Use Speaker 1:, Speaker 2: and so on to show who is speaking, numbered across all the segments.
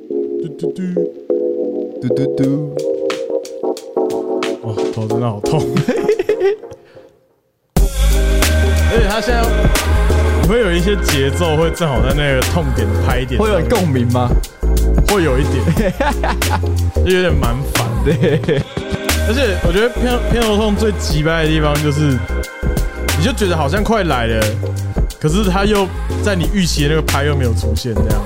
Speaker 1: 嘟嘟嘟嘟嘟。哇，哦头真的好 痛！而且哎他现在会有一些节奏，会正好在那个痛点拍点，
Speaker 2: 会有共鸣吗？
Speaker 1: 会有一 点，就有点蛮烦的。
Speaker 2: 对，
Speaker 1: 而且我觉得偏偏头痛最鸡掰的地方就是，你就觉得好像快来了，可是他又在你预期的那个拍又没有出现这样。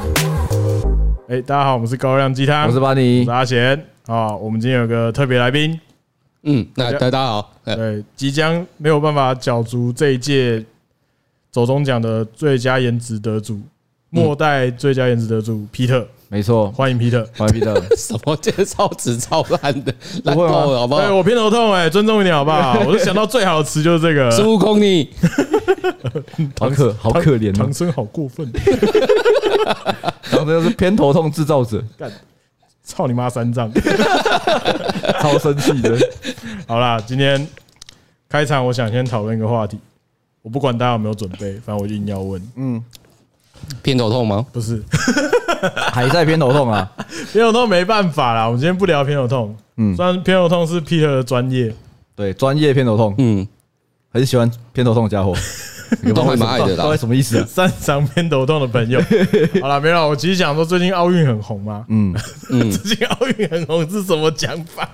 Speaker 1: 哎、大家好，我们是高热量鸡汤，
Speaker 2: 我是巴
Speaker 1: 我
Speaker 2: 尼
Speaker 1: 是，阿贤啊、我们今天有个特别来宾，
Speaker 3: 嗯，那大家好，哎
Speaker 1: 对，即将没有办法角逐这一届走中奖的最佳颜值得主，末代最佳颜值得主皮特，
Speaker 2: 没错，
Speaker 1: 欢迎皮特。
Speaker 2: 欢迎 Peter。
Speaker 3: 什么介绍词超烂的，烂
Speaker 2: 会
Speaker 3: 透
Speaker 2: 吗
Speaker 3: 了好不
Speaker 1: 对
Speaker 3: 好？
Speaker 1: 我偏头啊痛哎、尊重一点好不好？我就想到最好的词就是这 个，
Speaker 3: 孙悟空你，
Speaker 2: 好可好可怜
Speaker 1: 唐
Speaker 2: 哦，
Speaker 1: 僧好过分，
Speaker 2: 然后这是偏头痛制造 者，
Speaker 1: 操你妈三藏！
Speaker 2: 超生气的。
Speaker 1: 好啦，今天开场我想先讨论一个话题，我不管大家有没有准 备，反正我就硬要问，
Speaker 2: 嗯
Speaker 3: 偏头痛吗？
Speaker 1: 不是
Speaker 2: 还在偏头痛啊？
Speaker 1: 偏头痛没办法啦，我们今天不聊偏头痛，嗯，虽然偏头痛是 Peter 的专业，
Speaker 2: 对，专业偏头痛，
Speaker 3: 嗯，
Speaker 2: 很喜欢偏头痛的家伙，
Speaker 3: 都还蛮爱的
Speaker 2: 到底
Speaker 3: 啦。
Speaker 2: 什么意思啊？
Speaker 1: 擅长偏头痛的朋友。好啦，没有啦，我其实想说最近奥运很红嘛，
Speaker 2: 嗯，
Speaker 1: 最近奥运很红是什么讲法？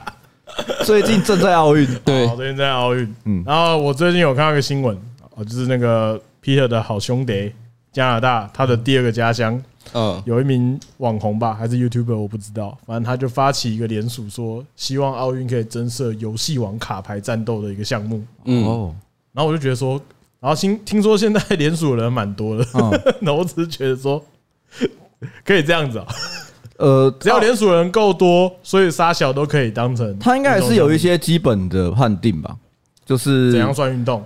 Speaker 2: 最近正在奥运，
Speaker 3: 对
Speaker 1: 好，，最近在奥运，嗯，然后我最近有看到一个新闻，哦，就是那个 Peter 的好兄弟加拿大，他的第二个家乡
Speaker 3: 嗯，
Speaker 1: 有一名网红吧，还是 YouTuber，我不知道，反正他就发起一个联署，说希望奥运可以增设游戏王卡牌战斗的一个项目。
Speaker 3: 嗯
Speaker 2: 哦，
Speaker 1: 然后我就觉得说，然后听听说现在联署的人蛮多的，
Speaker 2: 嗯
Speaker 1: 然后我只是觉得说，可以这样子啊、
Speaker 2: 呃，
Speaker 1: 只要联署的人够多，所以沙小都可以当成。
Speaker 2: 他应该还是有一些基本的判定吧，就是
Speaker 1: 怎样算运动？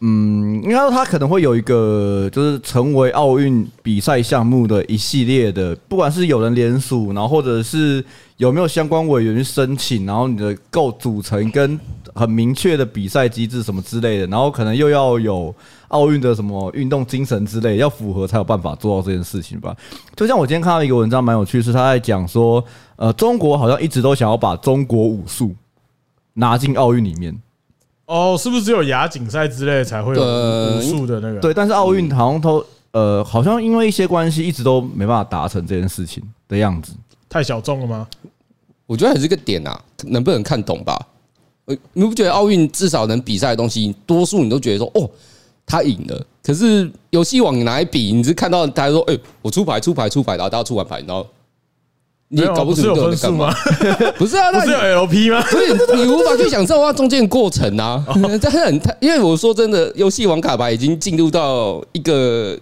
Speaker 2: 嗯，应该说他可能会有一个，就是成为奥运比赛项目的一系列的，不管是有人联署，然后或者是有没有相关委员去申请，然后你的够组成跟很明确的比赛机制什么之类的，然后可能又要有奥运的什么运动精神之类，要符合才有办法做到这件事情吧。就像我今天看到一个文章蛮有趣，是他在讲说，呃，中国好像一直都想要把中国武术拿进奥运里面。
Speaker 1: 哦，是不是只有亚锦赛之类才会有
Speaker 3: 呃
Speaker 1: 武术的那个？，
Speaker 2: 对，但是奥运好像都呃，好像因为一些关系，一直都没办法达成这件事情的样子。
Speaker 1: 太小众了吗？
Speaker 3: 我觉得还是个点啊，能不能看懂吧？呃你不觉得奥运至少能比赛的东西，多数你都觉得说哦，他赢了。可是游戏网拿来比，你只看到他说，哎，我出牌出牌出牌，然后大家出完牌，然后你
Speaker 1: 没
Speaker 3: 也
Speaker 1: 有啊
Speaker 3: 搞
Speaker 1: 不
Speaker 3: 清
Speaker 1: 是
Speaker 3: 楚
Speaker 1: 有分
Speaker 3: 你到底在
Speaker 1: 数
Speaker 3: 干
Speaker 1: 吗
Speaker 3: 嘛？？不是啊，
Speaker 1: 不
Speaker 3: 那
Speaker 1: 是
Speaker 3: 你
Speaker 1: 有 LP 吗？
Speaker 3: 所以你无法去享受它中间的过程啊。
Speaker 1: 哦
Speaker 3: 但是很，因为我说真的，游戏王卡牌已经进入到一个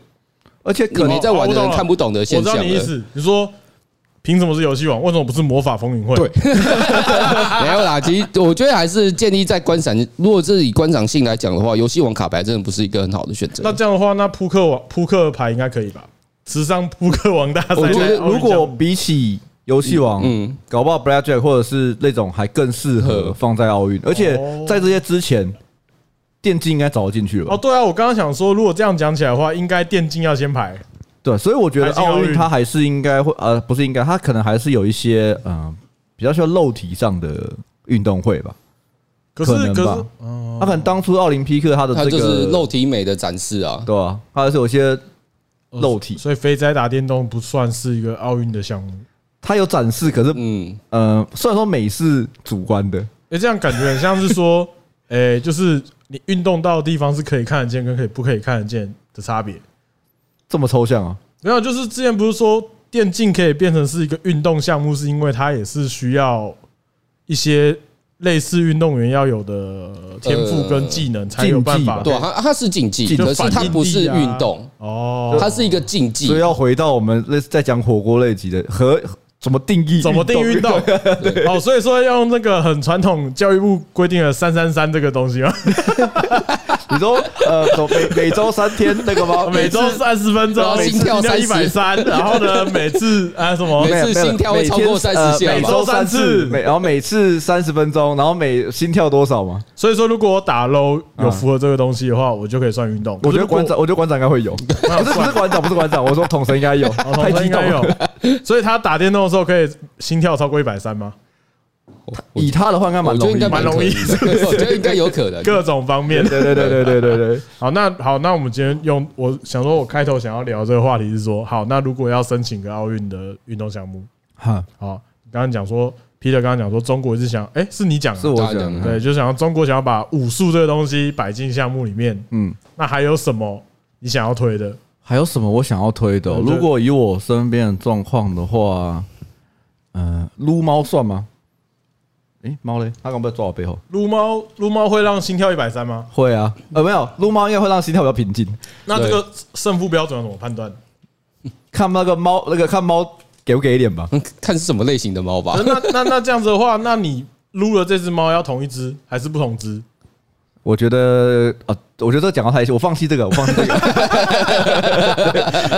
Speaker 2: 而且
Speaker 3: 你
Speaker 2: 可能
Speaker 3: 没在玩
Speaker 1: 哦我
Speaker 3: 的
Speaker 1: 懂
Speaker 3: 人
Speaker 1: 了
Speaker 3: 看不懂的
Speaker 1: 我
Speaker 3: 现
Speaker 1: 知
Speaker 3: 象
Speaker 1: 道你意
Speaker 3: 了。
Speaker 1: 思，你说凭什么是游戏王？为什么不是魔法风云会？
Speaker 3: 对 没有啦，其实我觉得还是建立在观赏。如果是以观赏性来讲的话，游戏王卡牌真的不是一个很好的选择
Speaker 1: 那。这样的话，那扑克王扑克牌应该可以吧？时尚扑克王大赛在
Speaker 2: 我
Speaker 1: 奥运
Speaker 2: 觉
Speaker 1: 这
Speaker 2: 得
Speaker 1: 样，
Speaker 2: 如果比起游戏王，
Speaker 3: 嗯嗯
Speaker 2: 搞不好 Blackjack 或者是那种还更适合放在奥运，而且在这些之前，电竞应该早就进去了
Speaker 1: 哦，
Speaker 2: 吧？
Speaker 1: 对啊，我刚刚想说，如果这样讲起来的话，应该电竞要先排。
Speaker 2: 对，所以我觉得
Speaker 1: 还进奥
Speaker 2: 奥
Speaker 1: 运
Speaker 2: 运它还是应该会呃，不是应该，它可能还是有一些呃比较需要肉体上的运动会吧。
Speaker 1: 可是
Speaker 2: 可能
Speaker 1: 可
Speaker 2: 吧
Speaker 1: 是，哦
Speaker 2: 它可能当初奥林匹克它的
Speaker 3: 它
Speaker 2: 这
Speaker 3: 就是
Speaker 2: 个
Speaker 3: 肉体美的展示啊。
Speaker 2: 对啊，它还是有些肉体，
Speaker 1: 呃所以肥仔打电动不算是一个奥运的项目。
Speaker 2: 它有展示，可是
Speaker 3: 嗯，
Speaker 2: 呃，虽然说美是主观的，
Speaker 1: 哎，这样感觉很像是说， 哎，就是你运动到的地方是可以看得见跟可以不可以看得见的差别。
Speaker 2: 这么抽象啊，
Speaker 1: 没有，就是之前不是说电竞可以变成是一个运动项目，是因为它也是需要一些类似运动员要有的天赋跟技能才有办法。
Speaker 2: 竞技吧
Speaker 3: 对啊，它它是竞技，
Speaker 2: 竞技
Speaker 3: 可是它不是运动，
Speaker 1: 啊哦，
Speaker 3: 它是一个竞技
Speaker 2: 所以。要回到我们类似在讲火锅类级的和怎么定 义
Speaker 1: 怎么定运动？哦，所以说要用那个很传统教育部规定的三三三这个东西吗？
Speaker 2: 你说呃，走每每周三天那个吗？
Speaker 1: 每周三十分
Speaker 3: 然
Speaker 1: 钟，
Speaker 3: 后
Speaker 1: 每
Speaker 3: 心
Speaker 1: 次
Speaker 3: 跳
Speaker 1: 一百三，然后呢，每次啊什么
Speaker 3: 每次心跳会超过
Speaker 2: 三
Speaker 3: 30下吧
Speaker 1: 每
Speaker 2: 每周三
Speaker 1: 周三次
Speaker 2: 次，每然后每次三十分钟，然后每心跳多少嘛？
Speaker 1: 所以说，如果我打 low 有符合这个东西的话，我就可以算运动。
Speaker 2: 我
Speaker 1: 可
Speaker 2: 觉得
Speaker 1: 是如果
Speaker 2: 馆长，我觉得馆长应该会有，不是不是馆长，不是馆长，我说统神应该有，
Speaker 1: 哦，同
Speaker 2: 太
Speaker 1: 学
Speaker 2: 激
Speaker 1: 应
Speaker 2: 动
Speaker 1: 该有
Speaker 2: 了，。
Speaker 1: 所以他打电动的时候可以心跳超过一百三吗？
Speaker 3: 我
Speaker 2: 以他的话应该蛮
Speaker 3: 我觉
Speaker 2: 容易
Speaker 3: 得应该
Speaker 2: 的，
Speaker 1: 蛮
Speaker 3: 容易
Speaker 1: 蛮
Speaker 3: 的，我觉得应该有可 能。
Speaker 1: 各种方面。
Speaker 2: 对对对对对对对，
Speaker 1: 好，那好，那我们今天用我想说，我开头想要聊这个话题是说，好，那如果要申请个奥运的运动项目，
Speaker 2: 哈，
Speaker 1: 好，刚刚讲说，Peter 刚刚讲说，中国是想，哎，是你讲啊，
Speaker 2: 是我讲的，
Speaker 1: 对，就想要中国想要把武术这个东西摆进项目里面，
Speaker 2: 嗯，
Speaker 1: 那还有什么你想要推的？
Speaker 2: 还有什么我想要推的哦？
Speaker 1: 对
Speaker 2: 如果以我身边的状况的话，嗯，撸猫算吗？诶，猫嘞，它刚不是在抓我背后？
Speaker 1: 撸猫，撸猫会让心跳一百三吗？
Speaker 2: 会啊，呃，没有，撸猫应该会让心跳比较平静。
Speaker 1: 那这个胜负标准要怎么判断？
Speaker 2: 看那个猫，那个看猫给不给脸吧。
Speaker 3: 嗯看是什么类型的猫吧
Speaker 1: 可。是那那那这样子的话，那你撸了这只猫要同一只还是不同只？
Speaker 2: 我觉得啊，我觉得这个讲到太细，我放弃这个，我放弃这 个。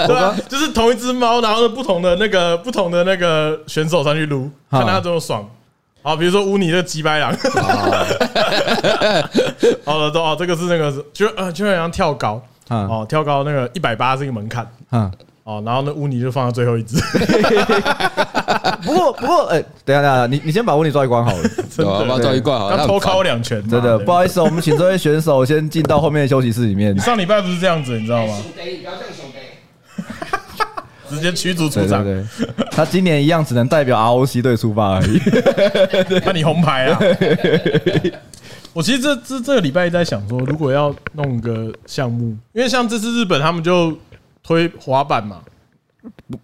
Speaker 1: 对啊，就是同一只猫，然后呢不同的那个不同的那个选手上去撸，
Speaker 2: 啊
Speaker 1: 看他怎么爽。好，比如说乌尼的鸡白狼， 好了，都哦，这个是那个就呃就好像跳高
Speaker 2: 嗯
Speaker 1: 哦，跳高那个一百八是一个门槛
Speaker 2: 嗯，
Speaker 1: 哦，然后呢乌尼就放到最后一只，
Speaker 2: 不过不过，哎，等一下等一下，你你先把问题抓一关好 了。
Speaker 1: 真
Speaker 3: 对啊把它抓一罐好 了
Speaker 1: 他
Speaker 3: 那
Speaker 1: 偷
Speaker 3: 很烦
Speaker 1: 敲我两拳，
Speaker 2: 真的，不
Speaker 1: 意
Speaker 2: 好意思哦，我们请这位选手先进到后面的休息室里 面
Speaker 1: 思，。上礼拜不是这样子，你知道吗？
Speaker 3: 不要像熊
Speaker 1: 直接驱逐出
Speaker 2: 对对
Speaker 1: 场，
Speaker 2: 对，他今年一样只能代表 ROC 队出发而已。
Speaker 1: 看你红牌啊！ 我其实这这这个礼拜一直在想说，如果要弄个项目，因为像这次日本他们就推滑板嘛，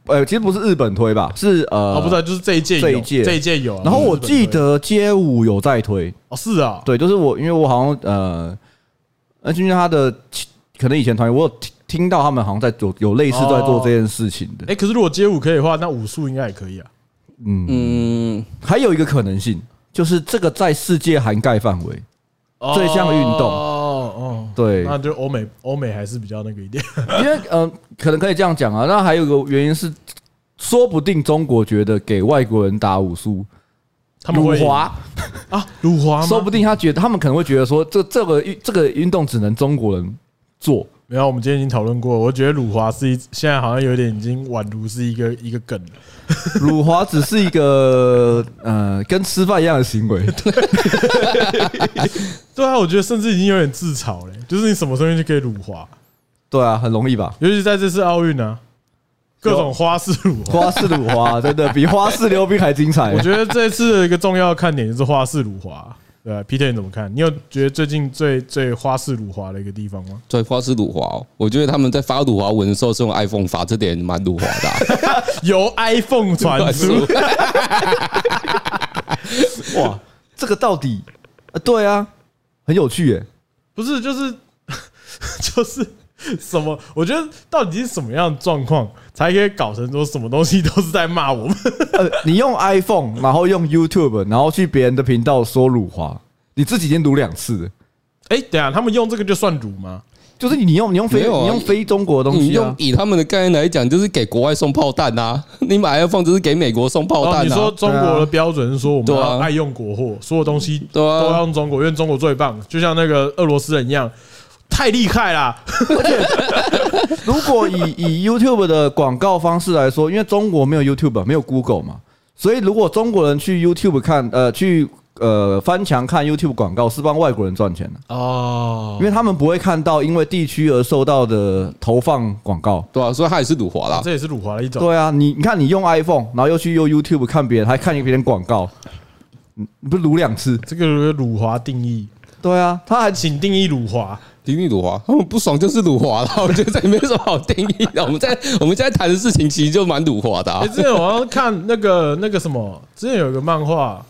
Speaker 2: 呃，其实不是日本推吧，是呃，
Speaker 1: 哦，不是啊，就是这一届有
Speaker 2: 这一届
Speaker 1: 这一届有啊。
Speaker 2: 然后我
Speaker 1: 日本
Speaker 2: 记
Speaker 1: 推
Speaker 2: 得街舞有在推，
Speaker 1: 哦，是啊，
Speaker 2: 对，就是我，因为我好像呃，那就因为他的可能以前团员，我有听听到他们好像在做有类似在做这件事情的。
Speaker 1: 哎，可是如果街舞可以的话，那武术应该也可以啊。
Speaker 3: 嗯，
Speaker 2: 还有一个可能性就是这个在世界涵盖范围，这项运动
Speaker 1: 哦哦，
Speaker 2: 对，
Speaker 1: 那就欧美欧美还是比较那个一点。
Speaker 2: 因为呃，可能可以这样讲啊。那还有一个原因是，说不定中国觉得给外国人打武术，
Speaker 1: 他们会
Speaker 2: 辱华，
Speaker 1: 啊，辱华吗？
Speaker 2: 说不定他觉得他们可能会觉得说，这这个运这个运动只能中国人做。
Speaker 1: 没有，我们今天已经讨论过，我觉得辱华是一现在好像有点已经宛如是一个一个梗了。
Speaker 2: 辱华只是一个呃，跟吃饭一样的行为。
Speaker 1: 对啊，我觉得甚至已经有点自嘲了，欸就是你什么东西就可以辱华，
Speaker 2: 对啊，很容易吧？
Speaker 1: 尤其在这次奥运啊，各种花式辱华。
Speaker 2: 花式辱华 真的比花式溜冰还精彩
Speaker 1: 我。觉得这次的一个重要看点就是花式辱华。对啊，Peter 你怎么看？你有觉得最近最最花式辱华的一个地方吗？
Speaker 3: 对，花式辱华哦，我觉得他们在发辱华文的时候是用 iPhone 发，这点蛮辱华的啊。
Speaker 1: 由 iPhone 传出，
Speaker 2: 哇，这个到底？呃，对啊，很有趣耶。
Speaker 1: 不是就是 就是什么？我觉得到底是什么样的状况才可以搞成说什么东西都是在骂我们？
Speaker 2: 呃，你用 iPhone，然后用 YouTube，然后去别人的频道说辱华，你自己已经辱两次了。
Speaker 1: 哎，等一下他们用这个就算辱吗？
Speaker 2: 就是你用你用非
Speaker 3: 没有啊
Speaker 2: 你用非中国的东
Speaker 3: 你
Speaker 2: 西
Speaker 3: 用
Speaker 2: 啊，
Speaker 3: 以他们的概念来讲，就是给国外送炮弹啊， 你买 iPhone 就是给美国送炮
Speaker 1: 哦，
Speaker 3: 弹
Speaker 1: 你说
Speaker 3: 啊。
Speaker 1: 中国的标准是说我们
Speaker 3: 对啊
Speaker 1: 要爱用国货，所有东西
Speaker 3: 对啊
Speaker 1: 都要用中国，因为中国最棒，就像那个俄罗斯人一样，太厉害啦！
Speaker 2: 如果以 以 YouTube 的广告方式来说，因为中国没有 YouTube，没有 Google 嘛，所以如果中国人去 YouTube 看，呃，去呃翻墙看 YouTube 广告，是帮外国人赚钱的、
Speaker 1: 哦
Speaker 2: 因为他们不会看到因为地区而受到的投放广告。
Speaker 3: 对啊，所以他也是辱华啦。
Speaker 1: 这也是辱华的一种。
Speaker 2: 对啊，你你看，你用 iPhone，然后又去用 YouTube 看别人，还看别人广告，你你不是撸两次？
Speaker 1: 这个辱华定义，
Speaker 2: 对啊，他还
Speaker 1: 请定义辱华。
Speaker 3: 定义辱华，他们不爽就是辱华啦。 我觉得这也没什么好定义的。我们在我们现在谈的事情其实就蛮辱华的、啊
Speaker 1: 哎，。之前我好像看那个那个什么，之前有一个漫画，
Speaker 2: 啊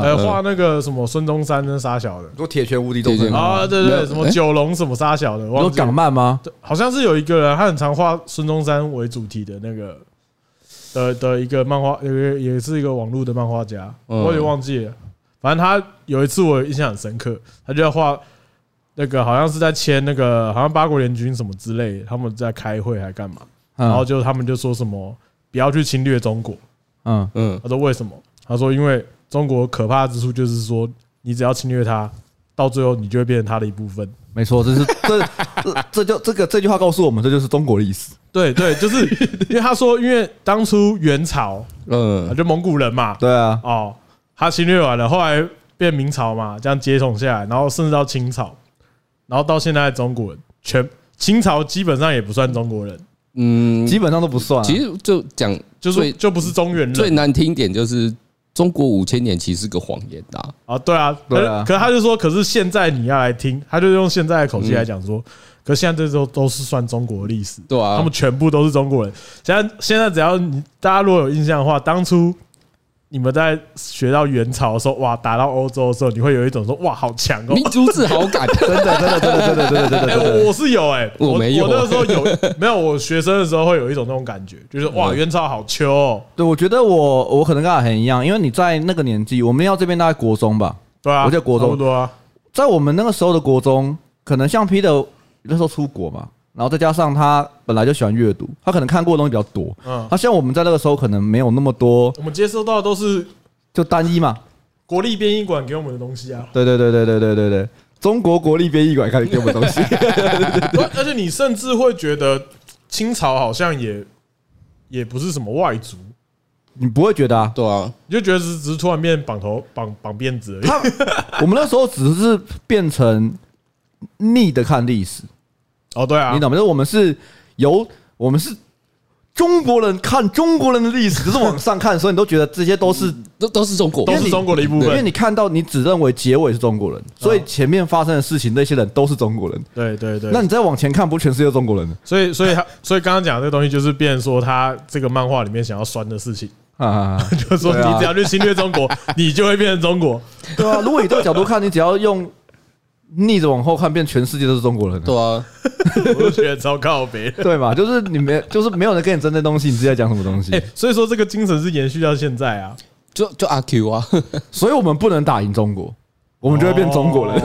Speaker 1: 呃，
Speaker 3: 嗯
Speaker 1: 画那个什么孙中山跟沙小的
Speaker 2: 做铁拳无敌终身
Speaker 3: 铁拳
Speaker 1: 啊，对
Speaker 3: 没
Speaker 1: 对，
Speaker 3: 有
Speaker 1: 什么
Speaker 3: 哎
Speaker 1: 九龙什么沙小的，
Speaker 2: 你
Speaker 1: 忘
Speaker 2: 说
Speaker 1: 记
Speaker 2: 港
Speaker 1: 了，
Speaker 2: 漫吗？
Speaker 1: 对好像是有一个人，他很常画孙中山为主题的那个。的的一个漫画，也也是一个网络的漫画家，
Speaker 3: 嗯
Speaker 1: 我也忘记了。反正他有一次我印象很深刻，他就要画那个好像是在签那个好像八国联军什么之类的，他们在开会还干嘛？然后
Speaker 2: 嗯
Speaker 1: 就他们就说什么不要去侵略中国，
Speaker 2: 嗯，
Speaker 3: 嗯，
Speaker 1: 他说为什么？他说因为中国可怕之处就是说，你只要侵略它，到最后你就会变成它的一部分。
Speaker 2: 没错，这是这 这这就这个这句话告诉我们，这就是中国历史。
Speaker 1: 对对，就是 因为他说，因为当初元朝啊
Speaker 3: 嗯，
Speaker 1: 就蒙古人嘛，
Speaker 2: 对啊，
Speaker 1: 哦，他侵略完了，后来变明朝嘛，这样接统下来，然后甚至到清朝，然后到现在的中国人，全清朝基本上也不算中国人，
Speaker 3: 嗯，
Speaker 2: 基本上都不算啊。
Speaker 3: 其实就讲
Speaker 1: 就是
Speaker 3: 最
Speaker 1: 就不是中原
Speaker 3: 最
Speaker 1: 人
Speaker 3: 难听一点就是中国五千年其实是个谎言呐、
Speaker 1: 啊，对啊，
Speaker 2: 对啊
Speaker 1: 可可他就说，可是现在你要来听，他就用现在的口气
Speaker 2: 嗯
Speaker 1: 来讲说，可现在这都都是算中国历史，
Speaker 3: 对啊，
Speaker 1: 他们全部都是中国人。现在现在只要你大家如果有印象的话，当初你们在学到元朝的时候，哇，打到欧洲的时候，你会有一种说哇好强哦
Speaker 3: 民。族自豪感，
Speaker 2: 真的，真的，真的，真的，真的，真的，
Speaker 1: 哎、
Speaker 2: 真的，
Speaker 1: 我我是有哎、
Speaker 3: 我没有
Speaker 1: 我那个时候有没有？我学生的时候会有一种那种感觉，就是哇，元朝好秋哦，
Speaker 2: 对，我觉得我我可能跟阿恒一样，因为你在那个年纪，我们要这边大概国中吧，
Speaker 1: 对啊，
Speaker 2: 我在国中
Speaker 1: 差不多啊，
Speaker 2: 在我们那个时候的国中，可能像 Peter 那时候出国嘛，然后再加上他本来就喜欢阅读，他可能看过的东西比较多。
Speaker 1: 嗯，
Speaker 2: 他像我们在那个时候可能没有那么多，
Speaker 1: 我们接收到的都是
Speaker 2: 就单一嘛。，
Speaker 1: 国立编译馆给我们的东西啊
Speaker 2: 对对对对对对对对，中国国立编译馆开始给我们 东西。
Speaker 1: 而而且你甚至会觉得清朝好像也也不是什么外族，
Speaker 2: 你不会觉得啊？
Speaker 3: 对啊，
Speaker 1: 你就觉得只只是突然变绑头绑绑辫子而已。
Speaker 2: 他我们那时候只是变成逆的看历史，
Speaker 1: 哦，对啊，
Speaker 2: 你懂吗？就是我们是由我们是中国人看中国人的历史，就是往上看，所以你都觉得这些都是
Speaker 3: 都都是中国，
Speaker 1: 嗯都是中国的一部
Speaker 2: 因为
Speaker 1: 分。嗯
Speaker 2: 你看到你只认为结尾是中国人，所以前面发生的事情那些人都是中国人。
Speaker 1: 对对对，
Speaker 2: 那你再往前看，不全世界都中国人了？
Speaker 1: 所以所以他所以刚刚讲的这个东西，就是变成说他这个漫画里面想要酸的事情，
Speaker 2: 啊，
Speaker 1: 就是说
Speaker 2: 对啊
Speaker 1: 你只要去侵略中 国，你就会变成中国。
Speaker 2: 对啊。如果以这个角度看，你只要用逆着往后看，变全世界都是中国人了，
Speaker 3: 对啊，
Speaker 1: 我就觉得超靠北。
Speaker 2: 对嘛？就是你没，就是没有人跟你争这 东西，你是在讲什么东西
Speaker 1: 哎、？所以说这个精神是延续到现在啊，
Speaker 3: 就就阿 Q 啊，
Speaker 2: 所以我们不能打赢中国，我们就会变中国人。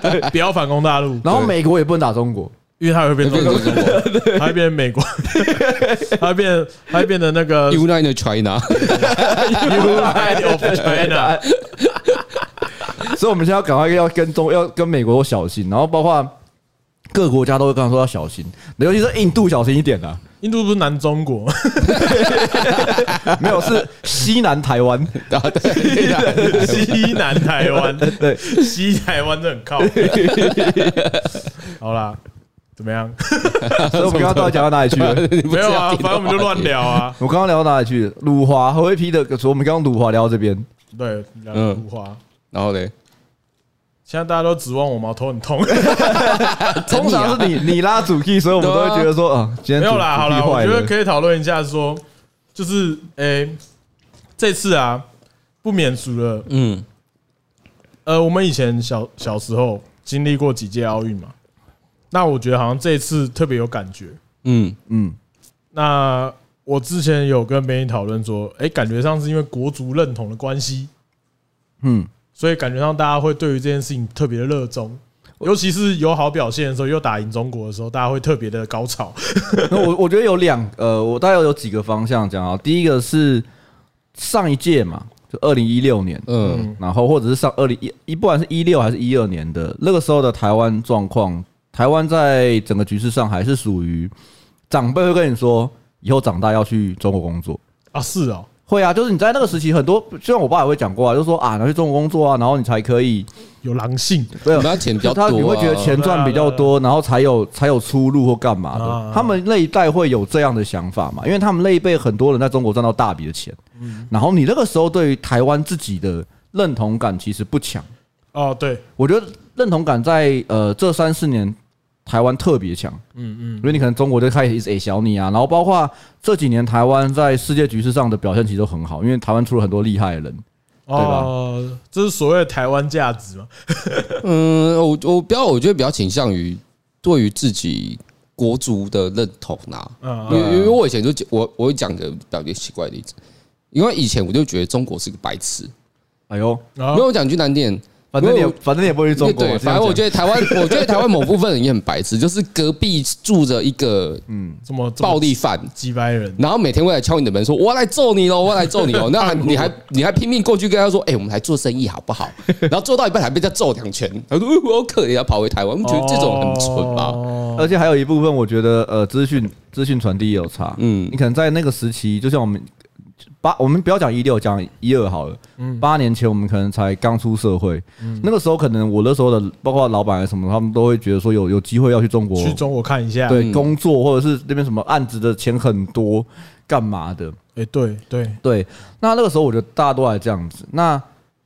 Speaker 1: 对，不要反攻大陆，
Speaker 2: 然后美国也不能打中国，
Speaker 1: 因为它会变
Speaker 3: 变
Speaker 1: 中
Speaker 3: 成
Speaker 1: 国
Speaker 3: 中，国
Speaker 1: 它会变美国，它会变它会变得那个
Speaker 3: United China，
Speaker 1: United of China。
Speaker 2: 所以我们现在要赶快要跟中要跟美国小心，然后包括各国家都会跟他说要小心，尤其是印度小心一点 啊。
Speaker 1: 印度不是南中国，
Speaker 2: 没有，是西南 台湾。
Speaker 3: 啊对啊，
Speaker 1: 西南台 湾，
Speaker 2: 对，
Speaker 1: 西台湾真的很靠北。好啦，怎么样？
Speaker 2: 所以我们刚刚到底讲到哪里去了？
Speaker 3: 你不
Speaker 1: 没
Speaker 3: 是
Speaker 1: 有
Speaker 3: 要
Speaker 1: 啊，
Speaker 3: 听
Speaker 1: 反正我们就乱聊啊。
Speaker 2: 我刚刚聊到哪里去了？鲁华何威批的，我们刚刚鲁华聊到这 边，
Speaker 3: 嗯
Speaker 1: 对，聊文化。
Speaker 3: 然后嘞，
Speaker 1: 现在大家都指望我毛头很痛，
Speaker 2: 通
Speaker 1: 啊
Speaker 2: 常是你你拉主 key，所以我们都会觉得说，啊，今天
Speaker 1: 没
Speaker 2: 主
Speaker 1: 有啦，好
Speaker 2: 主 key
Speaker 1: 啦，我
Speaker 2: 坏
Speaker 1: 觉得
Speaker 2: 了。
Speaker 1: 可以讨论一下，说就是诶、这次啊不免俗了，
Speaker 3: 嗯，
Speaker 1: 呃，我们以前小小时候经历过几届奥运嘛，那我觉得好像这一次特别有感觉。
Speaker 3: 嗯
Speaker 2: 嗯，
Speaker 1: 那我之前有跟别人讨论说，哎、感觉上是因为国族认同的关系，
Speaker 2: 嗯，
Speaker 1: 所以感觉上大家会对于这件事情特别的热衷。尤其是有好表现的时候，又打赢中国的时候，大家会特别的高潮。
Speaker 2: 那我我觉得有两呃，我大概有几个方向讲啊。第一个是上一届嘛，就二零一六年，
Speaker 3: 嗯，
Speaker 1: 嗯，
Speaker 2: 然后或者是上二零一一，不管是一六还是一二年的那个时候的台湾状况，台湾在整个局势上还是属于长辈会跟你说，以后长大要去中国工作。
Speaker 1: 啊，是哦，
Speaker 2: 会啊，就是你在那个时期，很多就像我爸也会讲过啊，就说啊，拿去中国工作啊，然后你才可以，
Speaker 1: 有狼性
Speaker 2: 没
Speaker 3: 我
Speaker 2: 有
Speaker 3: 们，要钱比较多
Speaker 2: 他
Speaker 3: 啊，
Speaker 2: 你会觉得钱赚比较多，然后才有才有出路或干嘛
Speaker 1: 啊
Speaker 2: 的。他们那一代会有这样的想法嘛？因为他们那一辈很多人在中国赚到大笔的钱，
Speaker 3: 嗯
Speaker 2: 然后你那个时候对于台湾自己的认同感其实不强。
Speaker 1: 哦，对，
Speaker 2: 我觉得认同感在呃这三四年台湾特别强，
Speaker 1: 嗯嗯，
Speaker 2: 因为你可能中国就开始一直诶小你啊，然后包括这几年台湾在世界局势上的表现其实都很好，因为台湾出了很多厉害的人，
Speaker 1: 哦，这是所谓的台湾价值嘛？
Speaker 3: 嗯，我我比较，我觉得比较倾向于对于自己国族的认同啦。
Speaker 1: 嗯，
Speaker 3: 因
Speaker 1: 嗯
Speaker 3: 为因为我以前就觉我我会讲个比较奇怪的例子，因为以前我就觉得中国是个白痴，
Speaker 2: 哎呦，
Speaker 1: 然
Speaker 3: 没
Speaker 1: 后
Speaker 3: 有我讲句难听点，
Speaker 2: 反正你也
Speaker 3: 没有
Speaker 2: 反正你也不会去中国。
Speaker 3: 对，反正我觉得台湾，我觉得台湾某部分人也很白痴，就是隔壁住着一个
Speaker 1: 这么这么
Speaker 3: 暴力犯，
Speaker 1: 几百人，
Speaker 3: 然后每天会来敲你的门说：“我要来揍你喽，我要来揍你哦喽。”那还你还你还拼命过去跟他说：“哎，我们来做生意好不好？”然后做到一半还被他揍两拳，他说：“呃我好可怜啊，跑回台湾。”我们觉得这种很蠢吧？
Speaker 1: 哦
Speaker 2: 而且还有一部分，我觉得呃，资讯资讯传递也有差。嗯
Speaker 3: 嗯，
Speaker 2: 你可能在那个时期，就像我们八，我们不要讲一六，讲一二好了。
Speaker 3: 嗯
Speaker 2: 八年前我们可能才刚出社会，那个时候可能我那时候的，包括老板啊什么，他们都会觉得说有有机会要去中国，
Speaker 1: 去中国看一下。
Speaker 2: 对
Speaker 3: 嗯
Speaker 2: 工作或者是那边什么案子的钱很多，干嘛的？
Speaker 1: 哎，对对，
Speaker 2: 对，那那个时候我觉得大家都还这样子。那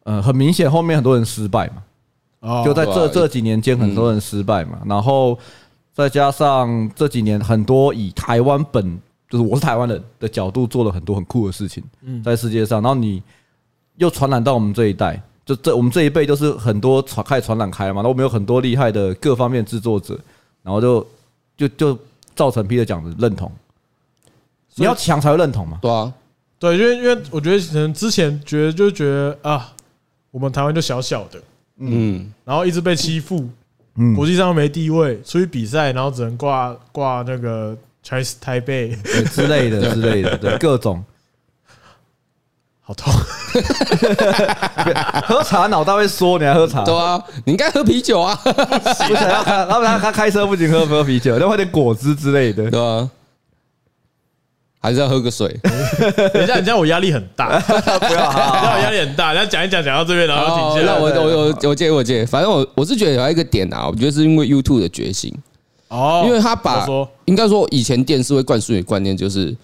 Speaker 2: 呃，很明显后面很多人失败嘛。
Speaker 1: 哦
Speaker 2: 就在
Speaker 3: 对啊嗯
Speaker 2: 这这几年间，很多人失败嘛，然后再加上这几年很多以台湾本就是我是台湾人的角度做了很多很酷的事情，
Speaker 3: 嗯
Speaker 2: 在世界上，然后你又传染到我们这一代，就这我们这一辈就是很多传开始传染开了嘛，然后我们有很多厉害的各方面制作者，然后就就就造成 Peter 讲的认同，你要强才会认同嘛，
Speaker 3: 对啊，
Speaker 1: 对，因为因为我觉得可能之前觉得就觉得啊，我们台湾就小小的，
Speaker 3: 嗯，
Speaker 1: 然后一直被欺负，
Speaker 2: 嗯
Speaker 1: 国际上没地位，出去比赛然后只能挂挂那个 Chinese 台北，
Speaker 2: 对之类 的之类的，对各种
Speaker 1: 好 痛。
Speaker 2: 喝茶脑袋会缩，你还喝茶？
Speaker 3: 对啊，你应该喝啤酒啊，
Speaker 2: 不想要开，老板他开车不仅喝不喝啤酒，要喝点果汁之类的。
Speaker 3: 对啊，还是要喝个水。
Speaker 1: 等一下，你这样我压力很 大， 你
Speaker 2: 不要
Speaker 1: 这样我
Speaker 2: 啊！
Speaker 1: 压力很大。然后讲一讲，讲到这边，然后就停下
Speaker 3: 哦那
Speaker 1: 来。
Speaker 3: 我
Speaker 2: 对
Speaker 3: 我我我借我借，反正我我是觉得有一个点啊，我觉得是因为 YouTube 的觉醒，
Speaker 1: 哦，
Speaker 3: 因为他把
Speaker 1: 我说
Speaker 3: 应该说以前电视会灌输你观念，就是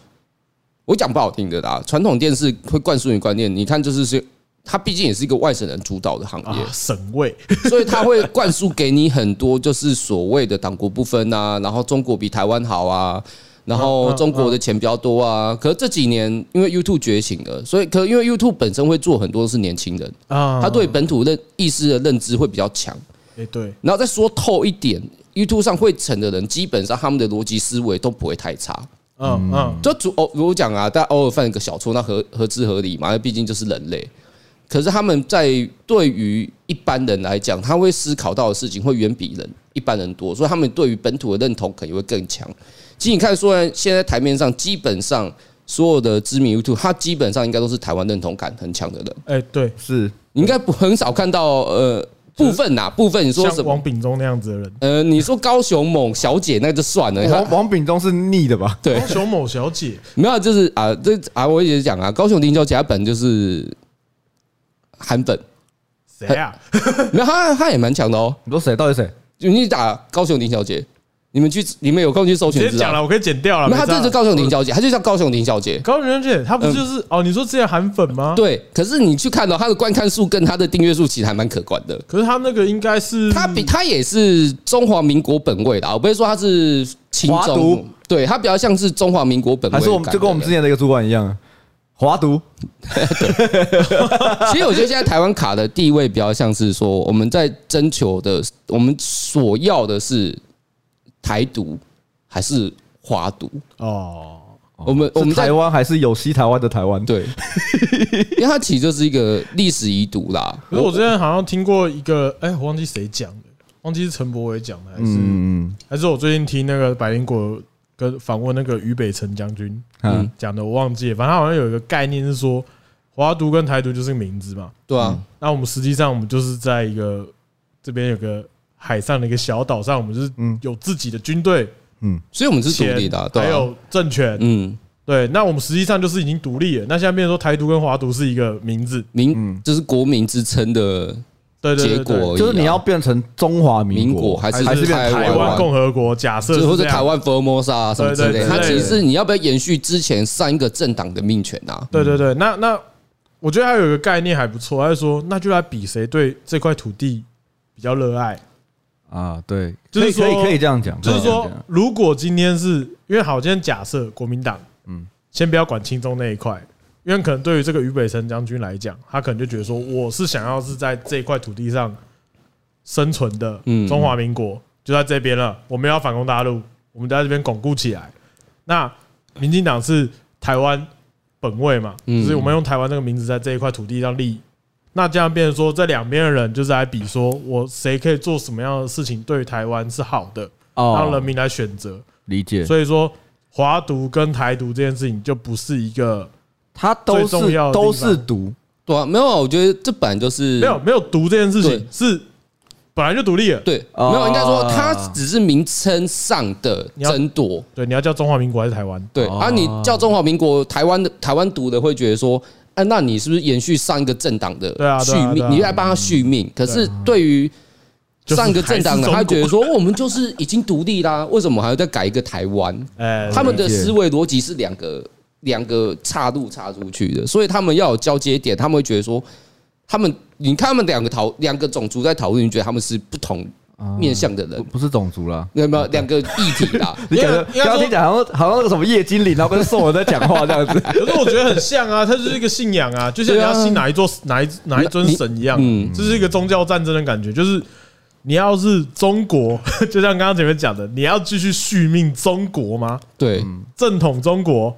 Speaker 3: 我讲不好听的啦，传统电视会灌输你观念，你看就是是。它毕竟也是一个外省人主导的行
Speaker 1: 啊，
Speaker 3: 业，
Speaker 1: 省位
Speaker 3: 所以他会灌输给你很多就是所谓的党国不分啊，然后中国比台湾好啊，然后
Speaker 1: 嗯嗯
Speaker 3: 中国的钱比较多啊。可是这几年因为 YouTube 觉醒了，所以可因为 YouTube 本身会做很多是年轻人，
Speaker 1: 啊，
Speaker 3: 他对本土认意识的认知会比较强。
Speaker 1: 哎对，
Speaker 3: 然后再说透一点，YouTube 上会成的人，基本上他们的逻辑思维都不会太差。
Speaker 1: 嗯嗯，
Speaker 3: 就主偶我讲啊，大家偶尔犯一个小错，那合合之合理嘛，那毕竟就是人类。可是他们在对于一般人来讲，他会思考到的事情会远比人一般人多，所以他们对于本土的认同可能会更强。其实你看，虽然现在台面上基本上所有的知名 YouTube，它基本上应该都是台湾认同感很强的人，
Speaker 1: 哎对，
Speaker 2: 是
Speaker 3: 你应该不很少看到呃部分呐、部分你说
Speaker 1: 像
Speaker 3: 什么
Speaker 1: 王炳忠那样子的人，
Speaker 3: 呃，你说高雄某小姐那就算了，她
Speaker 2: 王王炳忠是逆的吧？
Speaker 3: 对
Speaker 1: 高，雄哦某小姐，
Speaker 3: 没有就是啊，这啊我也讲啊，高雄林小姐她本就是韩粉，
Speaker 1: 谁啊？
Speaker 3: 没有她她也蛮强的哦。
Speaker 2: 你说谁？到底谁？
Speaker 3: 就你打高雄林小姐，你们去你们有空去搜
Speaker 1: 直
Speaker 3: 寻
Speaker 1: 接
Speaker 3: 知
Speaker 1: 讲
Speaker 3: 道。
Speaker 1: 了，我可以剪掉了。
Speaker 3: 没有，她
Speaker 1: 没差
Speaker 3: 这是高雄林小姐，她就叫高雄林小姐。
Speaker 1: 高圆圆姐，她不就是哦？你说之前韩粉
Speaker 2: 啊
Speaker 1: 吗？。
Speaker 3: 嗯对，可是你去看到、她的观看数跟她的订阅数其实还蛮可观的。
Speaker 1: 可是她那个应该
Speaker 2: 嗯
Speaker 1: 是
Speaker 3: 她比她也是中华民国本位的啊，我不会说她是亲
Speaker 2: 华
Speaker 3: 中
Speaker 2: 独，
Speaker 3: 对她比较像是中华民国本位
Speaker 2: 还是
Speaker 3: 的感觉
Speaker 2: 我
Speaker 3: 人。
Speaker 2: 们就跟我们之前的一个主管一样，啊华独
Speaker 3: 其实我觉得现在台湾卡的地位比较像是说，我们在征求的，我们所要的是台独还是华独？
Speaker 1: 哦，
Speaker 3: 我们我
Speaker 2: 是
Speaker 3: 们在
Speaker 2: 台湾还是有西台湾的台湾？
Speaker 3: 对，因为它其实就是一个历史遗毒啦。
Speaker 1: 可是我之前好像听过一个，哎，我忘记谁讲的，忘记是陈柏伟讲的，还是
Speaker 2: 嗯，
Speaker 1: 还是我最近听那个百灵果跟访问那个于北辰将军
Speaker 2: 嗯嗯，
Speaker 1: 讲的，我忘记了，反正他好像有一个概念是说，华独跟台独就是个名字嘛。
Speaker 3: 对啊，
Speaker 1: 那我们实际上我们就是在一个这边有个海上的一个小岛上，我们就是
Speaker 2: 嗯
Speaker 1: 有自己的军队、
Speaker 3: 所以我们是独
Speaker 1: 钱
Speaker 3: 立的啊，，对
Speaker 1: 还
Speaker 3: 啊，
Speaker 1: 有政权，
Speaker 3: 嗯，
Speaker 1: 对，那我们实际上就是已经独立了。那现在变成说台独跟华独是一个名字，
Speaker 3: 民就是国民之称的
Speaker 1: 对对
Speaker 3: 结
Speaker 1: 对对
Speaker 3: 果而已啊，
Speaker 2: 就是你要变成中华民
Speaker 3: 民国
Speaker 2: 国
Speaker 3: 还是
Speaker 2: 还是变
Speaker 1: 台湾共和国，假设
Speaker 3: 就是是或
Speaker 1: 这
Speaker 3: 者
Speaker 1: 样
Speaker 3: 台，湾佛摩萨啊什么之类
Speaker 1: 对对
Speaker 3: 的，它
Speaker 1: 之
Speaker 3: 其
Speaker 1: 类的
Speaker 3: 实是你要不要延续之前上一个政党的命权啊？
Speaker 1: 对对对。那那我觉得还有一个概念还不错，他就说那就来比谁对这块土地比较热爱，
Speaker 2: 啊？对，
Speaker 1: 就
Speaker 2: 可
Speaker 1: 是
Speaker 2: 以可以
Speaker 1: 说
Speaker 2: 可以这样讲，
Speaker 1: 就是
Speaker 2: 可
Speaker 3: 啊
Speaker 2: 以这样
Speaker 1: 说
Speaker 2: 讲，
Speaker 1: 如果今天是因为好，今天假设国民党，嗯，先不要管青中那一块，因为可能对于这个俞北辰将军来讲，他可能就觉得说，我是想要是在这块土地上生存的
Speaker 3: 嗯
Speaker 1: 中华民国，就在这边了，我们要反攻大陆，我们在这边巩固起来。那民进党是台湾本位嘛，就
Speaker 3: 嗯
Speaker 1: 是我们用台湾这个名字在这一块土地上立那这样变成说，这两边的人就是来比，说我谁可以做什么样的事情对台湾是好的，让人
Speaker 2: 哦，
Speaker 1: 民来选择。
Speaker 2: 理解，
Speaker 1: 所以说，华独跟台独这件事情就不是一个
Speaker 2: 他都
Speaker 1: 最重
Speaker 2: 是
Speaker 1: 要的地方
Speaker 2: 都是毒，
Speaker 3: 对啊，没有啊，我觉得这本来就是
Speaker 1: 没有没有独这件事情
Speaker 3: 对
Speaker 1: 是本来就独立了。
Speaker 3: 对，
Speaker 2: 哦
Speaker 3: 没有，应该说它只是名称上的争夺。
Speaker 1: 对，你要叫中华民国还是台湾？
Speaker 3: 对
Speaker 2: 哦
Speaker 3: 啊，你叫中华民国台湾的台湾独的会觉得说，哎、那你是不是延续上一个政党的
Speaker 1: 对啊
Speaker 3: 续
Speaker 1: 对啊对
Speaker 3: 命？
Speaker 1: 啊
Speaker 3: 你来帮他续命？可是对于
Speaker 1: 就是
Speaker 3: 上一个政党的，
Speaker 1: 还
Speaker 3: 他
Speaker 1: 是中国
Speaker 3: 觉得说我们就是已经独立啦，为什么还要再改一个台湾？
Speaker 1: 哎，
Speaker 3: 他们的
Speaker 2: 理解
Speaker 3: 思维逻辑是两个两个岔路岔出去的，所以他们要有交接点，他们会觉得说，他们你看他们两个讨两个种族在讨论，你觉得他们是不同
Speaker 1: 哦
Speaker 3: 面向的人
Speaker 2: 不，不是种族啦。
Speaker 3: 有没有两个议题啦？
Speaker 2: 你感觉
Speaker 1: 应该应该
Speaker 2: 刚刚
Speaker 1: 说
Speaker 2: 听起来好像好像那个什么叶经理，然后跟宋文在讲话这样子。
Speaker 1: 可是我觉得很像啊，它就是一个信仰啊，就像你要信哪一座哪一哪一尊神一样，
Speaker 3: 嗯
Speaker 1: 这是一个宗教战争的感觉，就是。你要是中国， 就像刚刚前面讲的，你要继续续命中国吗？
Speaker 3: 对，
Speaker 1: 正统中国，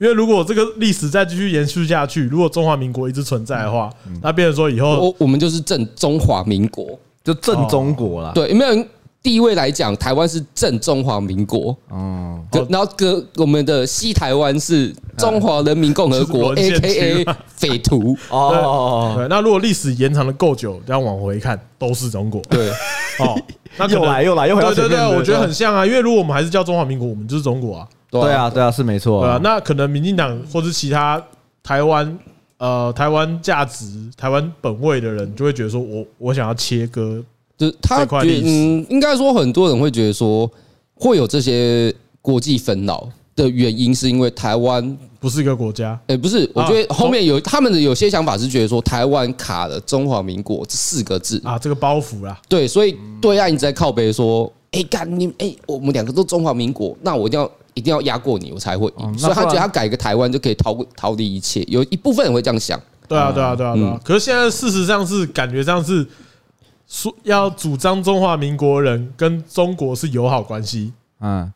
Speaker 1: 因为如果这个历史再继续延续下去，如果中华民国一直存在的话，那变成说以后
Speaker 3: 我我们就是正中华民国，
Speaker 2: 就正中国啦。
Speaker 3: 对，有没有地位来讲，台湾是正中华民国，
Speaker 2: 哦，
Speaker 3: 可
Speaker 1: 哦
Speaker 3: 然后隔我们的西台湾是中华人民共和 国
Speaker 1: 就是
Speaker 3: （A
Speaker 1: 沦陷区啊
Speaker 3: K A 匪徒
Speaker 2: 哦，
Speaker 1: 对，那如果历史延长的够久，这样往回看都是中国）。
Speaker 3: 对，
Speaker 1: 哦，那可能
Speaker 2: 又来又来又回到
Speaker 1: 对对
Speaker 2: 前面
Speaker 1: 对，
Speaker 2: 对
Speaker 1: 我觉得很像啊，因为如果我们还是叫中华民国，我们就是中国啊，
Speaker 2: 对啊，，对啊，是没错
Speaker 1: 对啊
Speaker 2: 啊，。
Speaker 1: 那可能民进党或是其他台湾呃台湾价值、台湾本位的人，就会觉得说我我想要切割，
Speaker 3: 就是他
Speaker 1: 这块
Speaker 3: 觉
Speaker 1: 历
Speaker 3: 得，
Speaker 1: 史
Speaker 3: 嗯，应该说很多人会觉得说会有这些国际纷扰的原因，是因为台湾，
Speaker 1: 不是一个国家。
Speaker 3: 哎，不是，我
Speaker 1: 啊
Speaker 3: 觉得后面有他们的有些想法是觉得说台湾卡了中华民国这四个字
Speaker 1: 啊，这个包袱啦，
Speaker 3: 对，所以对岸一直在靠北说，哎、干你，哎、我们两个都中华民国，那我一定要一定要压过你，我才会赢。
Speaker 2: 哦那
Speaker 3: 所以他
Speaker 2: 不然
Speaker 3: 觉得他改个台湾就可以逃过逃离一切，有一部分人会这样想，
Speaker 1: 对啊，对啊，对啊，对
Speaker 3: 嗯
Speaker 1: 啊。可是现在事实上是感觉上是说要主张中华民国人跟中国是友好关系，
Speaker 2: 嗯，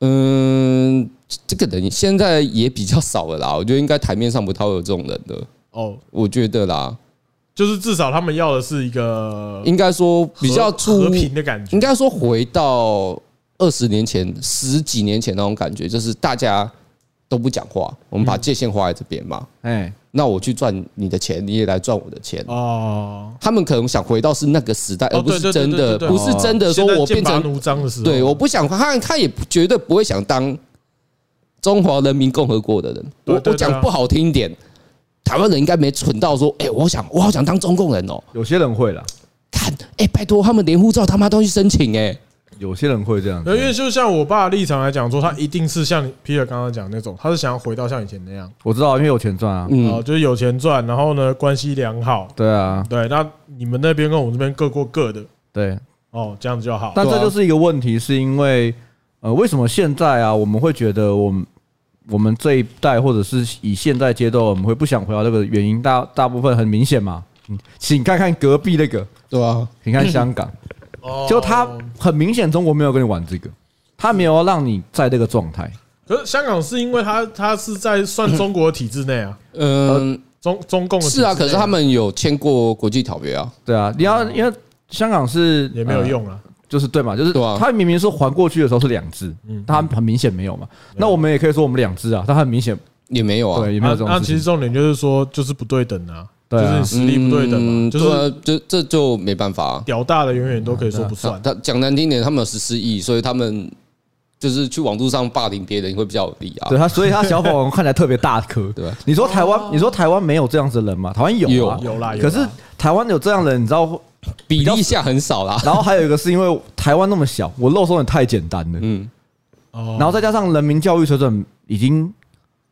Speaker 3: 嗯，这个人现在也比较少了啦，我觉得应该台面上不太会有这种人的，
Speaker 1: 哦，
Speaker 3: 我觉得啦，
Speaker 1: 就是至少他们要的是一个
Speaker 3: 应该说比较
Speaker 1: 和
Speaker 3: 出
Speaker 1: 和，平的感觉
Speaker 3: 应。该说回到二十年前、十几年前那种感觉，就是大家都不讲话，我们把界限画在这边嘛。
Speaker 2: 哎，
Speaker 3: 那我去赚你的钱，你也来赚我的钱，
Speaker 1: 哦，
Speaker 3: 他们可能想回到是那个时代，
Speaker 1: 哦
Speaker 3: 而不是
Speaker 1: 对对对
Speaker 3: 真的，
Speaker 1: 对对对
Speaker 3: 不是真的说
Speaker 1: 现在
Speaker 3: 我
Speaker 1: 剑
Speaker 3: 变
Speaker 1: 拔
Speaker 3: 成
Speaker 1: 弩张的时候，
Speaker 3: 对，我不想他，他也绝对不会想当中华人民共和国的人。
Speaker 1: 对
Speaker 3: 我
Speaker 1: 对
Speaker 3: 我
Speaker 1: 对啊
Speaker 3: 讲不好听一点，台湾人应该没蠢到说，哎，我想我好想当中共人哦。
Speaker 2: 有些人会啦，
Speaker 3: 看，哎，拜托，他们连护照他妈都去申请，哎，
Speaker 2: 有些人会这样子
Speaker 1: 对，。因为就像我爸的立场来讲，说他一定是像皮尔刚刚讲那种，他是想要回到像以前那样，
Speaker 2: 我知道，因为有钱赚啊。
Speaker 1: 哦，
Speaker 3: 嗯，
Speaker 1: 就是有钱赚，然后呢关系良好，
Speaker 2: 对啊，
Speaker 1: 对，那你们那边跟我们这边各过各的，
Speaker 2: 对，
Speaker 1: 哦，这样子就好。
Speaker 2: 但
Speaker 3: 对
Speaker 2: 这
Speaker 3: 啊
Speaker 2: 就是一个问题，是因为呃，为什么现在啊，我们会觉得我们我们这一代，或者是以现在阶段，我们会不想回到这个原因，大大部分很明显嘛。嗯，请看看隔壁那个，
Speaker 3: 对啊，
Speaker 2: 请看香港，
Speaker 1: 哦
Speaker 2: 就他很明显，中国没有跟你玩这个，他没有让你在这个状态。
Speaker 1: 可是香港是因为他他是在算中国的体制内 啊，
Speaker 3: 嗯，
Speaker 1: 中中共的体制
Speaker 3: 是
Speaker 1: 内
Speaker 3: 啊，可是他们有签过国际条约啊，
Speaker 2: 对啊，你要因为香港是
Speaker 1: 嗯也没有
Speaker 2: 呃
Speaker 1: 用啊，
Speaker 2: 就是对嘛，就是
Speaker 3: 对啊
Speaker 2: 他明明是还过去的时候是两只，
Speaker 1: 嗯
Speaker 2: 但他很明显没有嘛。
Speaker 1: 啊
Speaker 2: 那我们也可以说我们两只啊，但他很明显
Speaker 3: 也没有啊。
Speaker 2: 对也没
Speaker 1: 那
Speaker 2: 有这
Speaker 1: 那
Speaker 2: 种
Speaker 1: 其
Speaker 2: 事
Speaker 1: 实
Speaker 2: 情。
Speaker 1: 重点就是说就是不对等啊，就
Speaker 2: 对啊
Speaker 1: 是你实力不对等嘛，
Speaker 3: 嗯
Speaker 1: 就
Speaker 3: 对啊
Speaker 1: 是
Speaker 3: 就这就没办法啊。
Speaker 1: 屌大的永远都可以说不
Speaker 3: 他
Speaker 2: 嗯
Speaker 1: 算。
Speaker 2: 啊
Speaker 3: 他讲难听点，他们有十四亿，所以他们就是去网络上霸凌别人会比较有利啊
Speaker 2: 对。他，所以他小粉红看起来特别大颗。
Speaker 3: 对啊
Speaker 2: 你说台湾，你说台湾没有这样子的人吗？台湾有啊，
Speaker 1: 有有啦有啦
Speaker 2: 可是台湾有这样的人，你知道？
Speaker 3: 比例下很少啦。
Speaker 2: 然后还有一个是因为台湾那么小，我肉松也太简单了。
Speaker 3: 嗯，
Speaker 1: 哦
Speaker 2: 然后再加上人民教育水准已经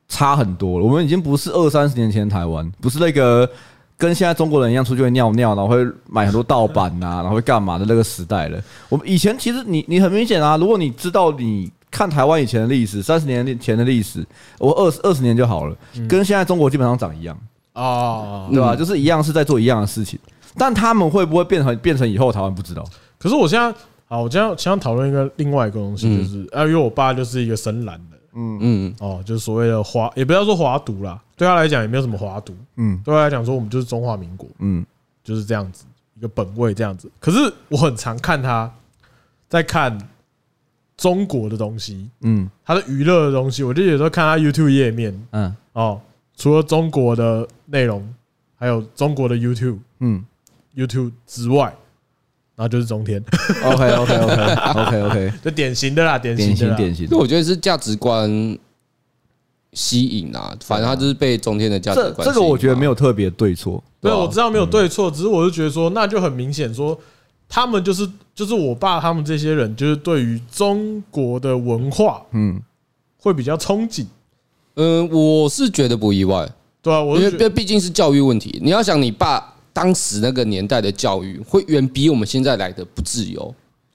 Speaker 2: 差很多了，我们已经不是二三十年前的台湾，不是那个跟现在中国人一样出去会尿尿，然后会买很多盗版啊，然后会干嘛的那个时代了。我们以前其实你你很明显啊，如果你知道你看台湾以前的历史，三十年前的历史，我二二十年就好了，跟现在中国基本上长一样，
Speaker 1: 哦，
Speaker 2: 对吧？就是一样是在做一样的事情，但他们会不会变成变成以后台湾不知道？嗯
Speaker 1: 可是我现在好，我今天想讨论一个另外一个东西，就是啊，因为我爸就是一个深蓝的，
Speaker 3: 嗯，
Speaker 1: 哦，就是所谓的华，也不要说华独啦，对他来讲也没有什么华独，
Speaker 2: 嗯
Speaker 1: 对他来讲说我们就是中华民国，
Speaker 2: 嗯，
Speaker 1: 就是这样子一个本位这样子。可是我很常看他在看中国的东西，
Speaker 2: 嗯
Speaker 1: 他的娱乐的东西，我就有时候看他 YouTube 页面
Speaker 2: 嗯
Speaker 1: 哦，除了中国的内容，还有中国的 YouTube
Speaker 2: 嗯
Speaker 1: YouTube 之外，然后就是中天，
Speaker 2: ，OK OK OK OK OK，
Speaker 1: 就典型的啦，典型
Speaker 2: 典
Speaker 1: 的
Speaker 2: 型
Speaker 1: 啦，
Speaker 2: 典型
Speaker 3: 因为。我觉得是价值观吸引啊，反正他就是被中天的价值
Speaker 2: 这
Speaker 3: 观。
Speaker 2: 这个我觉得没。有特别对错，
Speaker 1: 对，
Speaker 3: 对啊
Speaker 1: 我知道没有对错，只是我就觉得说，那就很明显说，他们就是就是我爸他们这些人，就是对于中国的文化
Speaker 2: 嗯
Speaker 1: 会比较憧憬，
Speaker 3: 嗯，我是觉得不意外，
Speaker 1: 对啊，我
Speaker 3: 因
Speaker 1: 就
Speaker 3: 为
Speaker 1: 觉得
Speaker 3: 毕毕竟是教育问题。你要想，你爸当时那个年代的教育，会远比我们现在来的不自由，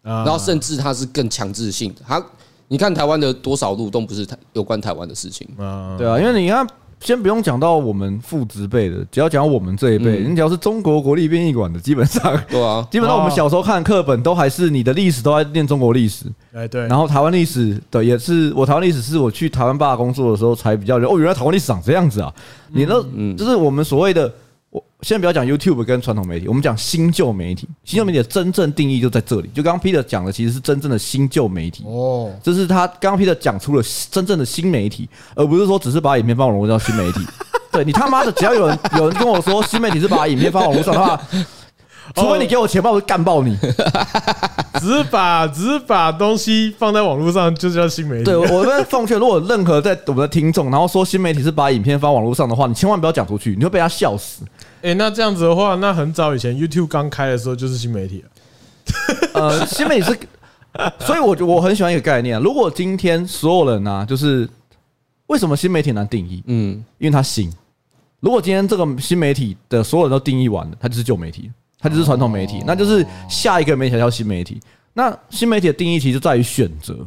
Speaker 2: 啊
Speaker 1: 然
Speaker 3: 然后甚至它是更强制性的。他，你看台湾的多少路都不是台有关台湾的事情。
Speaker 1: 啊，
Speaker 2: 对啊，因为你看，先不用讲到我们父职辈的，只要讲我们这一辈，
Speaker 3: 嗯
Speaker 2: 你只要是中国国立殡仪馆的，基本上，
Speaker 3: 对啊
Speaker 2: 基本上我们小时候看的课本都还是你的历史都在念中国历史，
Speaker 1: 哎对，
Speaker 2: 然后台湾历史的也是我台湾历史是我去台湾爸工作的时候才比较了解哦，原来台湾历史长这样子啊！
Speaker 3: 嗯
Speaker 2: 你那就是我们所谓的。我现在不要讲 YouTube 跟传统媒体，我们讲新旧媒体。新旧媒体的真正定义就在这里，就刚刚 Peter 讲的，其实是真正的新旧媒体。
Speaker 1: 哦，
Speaker 2: 这是他刚刚 Peter 讲出了真正的新媒体，而不是说只是把影片放网络上新媒体。对你他妈的，只要有人有人跟我说新媒体是把影片放网络上的话，除非你给我钱包，我就干爆你。
Speaker 1: 只是把只是把东西放在网络上，就叫新媒体
Speaker 2: 对，。我我在奉劝，如果有任何在我们的听众，然后说新媒体是把影片放网络上的话，你千万不要讲出去，你会被他笑死。
Speaker 1: 哎，那这样子的话，那很早以前 YouTube 刚开的时候就是新媒体了，
Speaker 2: 呃，新媒体是，所以我就我很喜欢一个概念啊、如果今天所有人呢、啊，就是为什么新媒体难定义？
Speaker 3: 嗯，
Speaker 2: 因为它新。如果今天这个新媒体的所有人都定义完了，它就是旧媒体，它就是传统媒
Speaker 3: 哦
Speaker 2: 体，那就是下一个媒体才叫新媒体。那新媒体的定义其实就在于选择，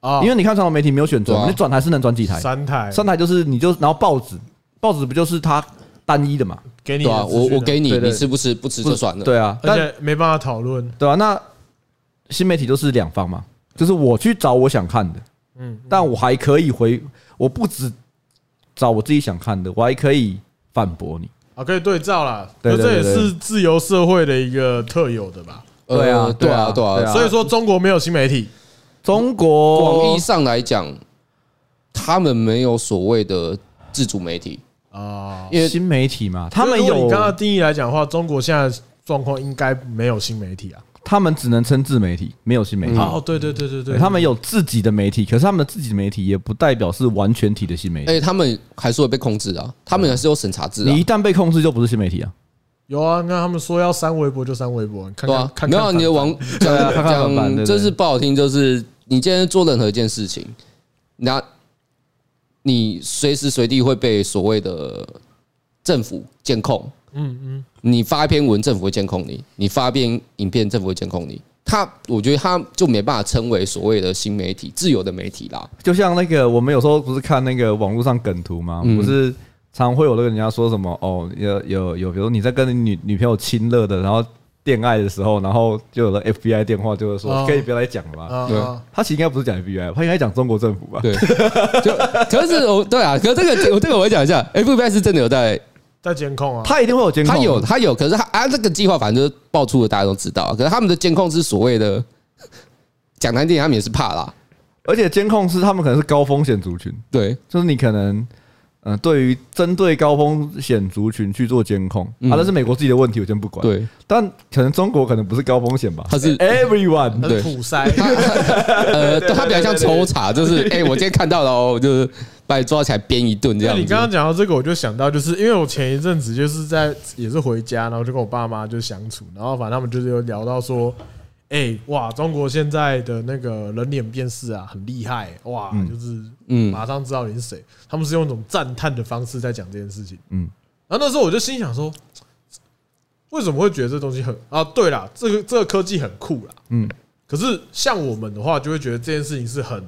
Speaker 1: 啊
Speaker 2: 因为你看传统媒体没有选择
Speaker 3: 哦对
Speaker 2: 嘛，
Speaker 3: 啊
Speaker 2: 你转台是能转几台？
Speaker 1: 三台
Speaker 2: 三台就是你就然后报纸，报纸不就是它单一的嘛？
Speaker 1: 给你
Speaker 3: 对
Speaker 1: 的
Speaker 3: 啊，
Speaker 1: 资讯
Speaker 3: 我
Speaker 1: 啊，
Speaker 3: 我给你，
Speaker 2: 对对
Speaker 3: 你吃不吃？不吃
Speaker 2: 不
Speaker 3: 就算了。
Speaker 2: 对啊，
Speaker 1: 而
Speaker 2: 但
Speaker 1: 且没办法讨论，
Speaker 2: 对啊，那新媒体就是两方嘛，就是我去找我想看的，
Speaker 1: 嗯，
Speaker 2: 但我还可以回，我不只找我自己想看的，我还可以反驳你。
Speaker 1: 啊，可以对照啦，
Speaker 2: 对
Speaker 1: 那
Speaker 2: 对
Speaker 1: 这也
Speaker 2: 对对
Speaker 1: 是自由社会的一个特有的吧。
Speaker 3: 呃
Speaker 2: 对啊
Speaker 3: 对啊，
Speaker 2: 对
Speaker 3: 对
Speaker 2: 啊对啊
Speaker 3: 啊。
Speaker 1: 所以说中国没有新媒体，
Speaker 2: 中国
Speaker 3: 广义上来讲，他们没有所谓的自主媒体，
Speaker 1: 啊，
Speaker 3: 因为
Speaker 2: 新媒体嘛，他们
Speaker 1: 如果
Speaker 2: 有
Speaker 1: 你，刚刚的定义来讲的话，中国现在状况应该没有新媒体啊。
Speaker 2: 他们只能称自媒体，没有新媒体。
Speaker 1: 哦，对对对对
Speaker 2: 对
Speaker 1: 对，
Speaker 2: 嗯他们有自己的媒体，可是他们自己的媒体也不代表是完全体的新媒体。
Speaker 3: 哎，他们还是会被控制啊，他们还是有审查制啊
Speaker 2: 你一。旦被控制，就不是新媒体啊。
Speaker 1: 有啊，那他们说要删微博就删微博，你看
Speaker 3: 对啊
Speaker 1: 看，看
Speaker 3: 没有啊
Speaker 1: 看
Speaker 3: 你的网
Speaker 2: 对啊看看
Speaker 3: 讲
Speaker 2: 看板对对
Speaker 3: 讲，这是不好听，就是你今天做任何一件事情，那你随时随地会被所谓的政府监控。
Speaker 1: 嗯嗯，
Speaker 3: 你发一篇文，政府会监控你；你发一篇影片，政府会监控你。他，我觉得他就没办法称为所谓的新媒体、自由的媒体啦。
Speaker 2: 就像那个，我们有时候不是看那个网络上梗图吗？
Speaker 3: 嗯
Speaker 2: 不是常会有那个人家说什么哦，有有有，比如说你在跟你女女朋友亲热的，然后恋爱的时候，然后就有了 FBI 电话，就会说
Speaker 1: 哦
Speaker 2: 可以不要再讲了
Speaker 1: 啊
Speaker 2: 吧。
Speaker 1: 啊
Speaker 3: 对
Speaker 1: 啊
Speaker 2: 他其实应该不是讲 FBI，他应该讲中国政府吧？
Speaker 3: 对， 就可是我对啊，可是这个我这个我会讲一下，FBI 是真的有在，
Speaker 1: 在监控啊，
Speaker 2: 他一定会有监控
Speaker 3: 他
Speaker 2: 的，
Speaker 3: 有他有，可是他啊这个计划反正就是爆出了，大家都知道啊。可是他们的监控是所谓的，讲难听，他们也是怕啦。
Speaker 2: 而且监控是他们可能是高风险族群，
Speaker 3: 对，
Speaker 2: 就是你可能，呃，对于针对高风险族群去做监控、
Speaker 3: 嗯
Speaker 2: 啊，那是美国自己的问题，我先不管。，
Speaker 3: 对，
Speaker 2: 但可能中国可能不是高风险吧？
Speaker 3: 他是
Speaker 2: everyone，
Speaker 1: 那是
Speaker 3: 对
Speaker 1: 普筛，
Speaker 3: 呃， 对他比较像抽查，就是哎、我今天看到了哦，就是把你抓起来鞭一顿这
Speaker 1: 那
Speaker 3: 样
Speaker 1: 你
Speaker 3: 子
Speaker 1: 刚。刚讲到这个，我就想到，就是因为我前一阵子就是在也是回家，然后就跟我爸妈就相处，然后反正他们就是有聊到说，哎、哇，中国现在的那个人脸辨识啊，很厉害、哇，
Speaker 2: 嗯
Speaker 1: 就是
Speaker 3: 嗯
Speaker 1: 马上知道你是谁。他们是用一种赞叹的方式在讲这件事情。
Speaker 2: 嗯
Speaker 1: 嗯，然后那时候我就心想说，为什么会觉得这东西很啊？对啦，这个这个科技很酷啦。
Speaker 2: 嗯
Speaker 1: 嗯，可是像我们的话，就会觉得这件事情是很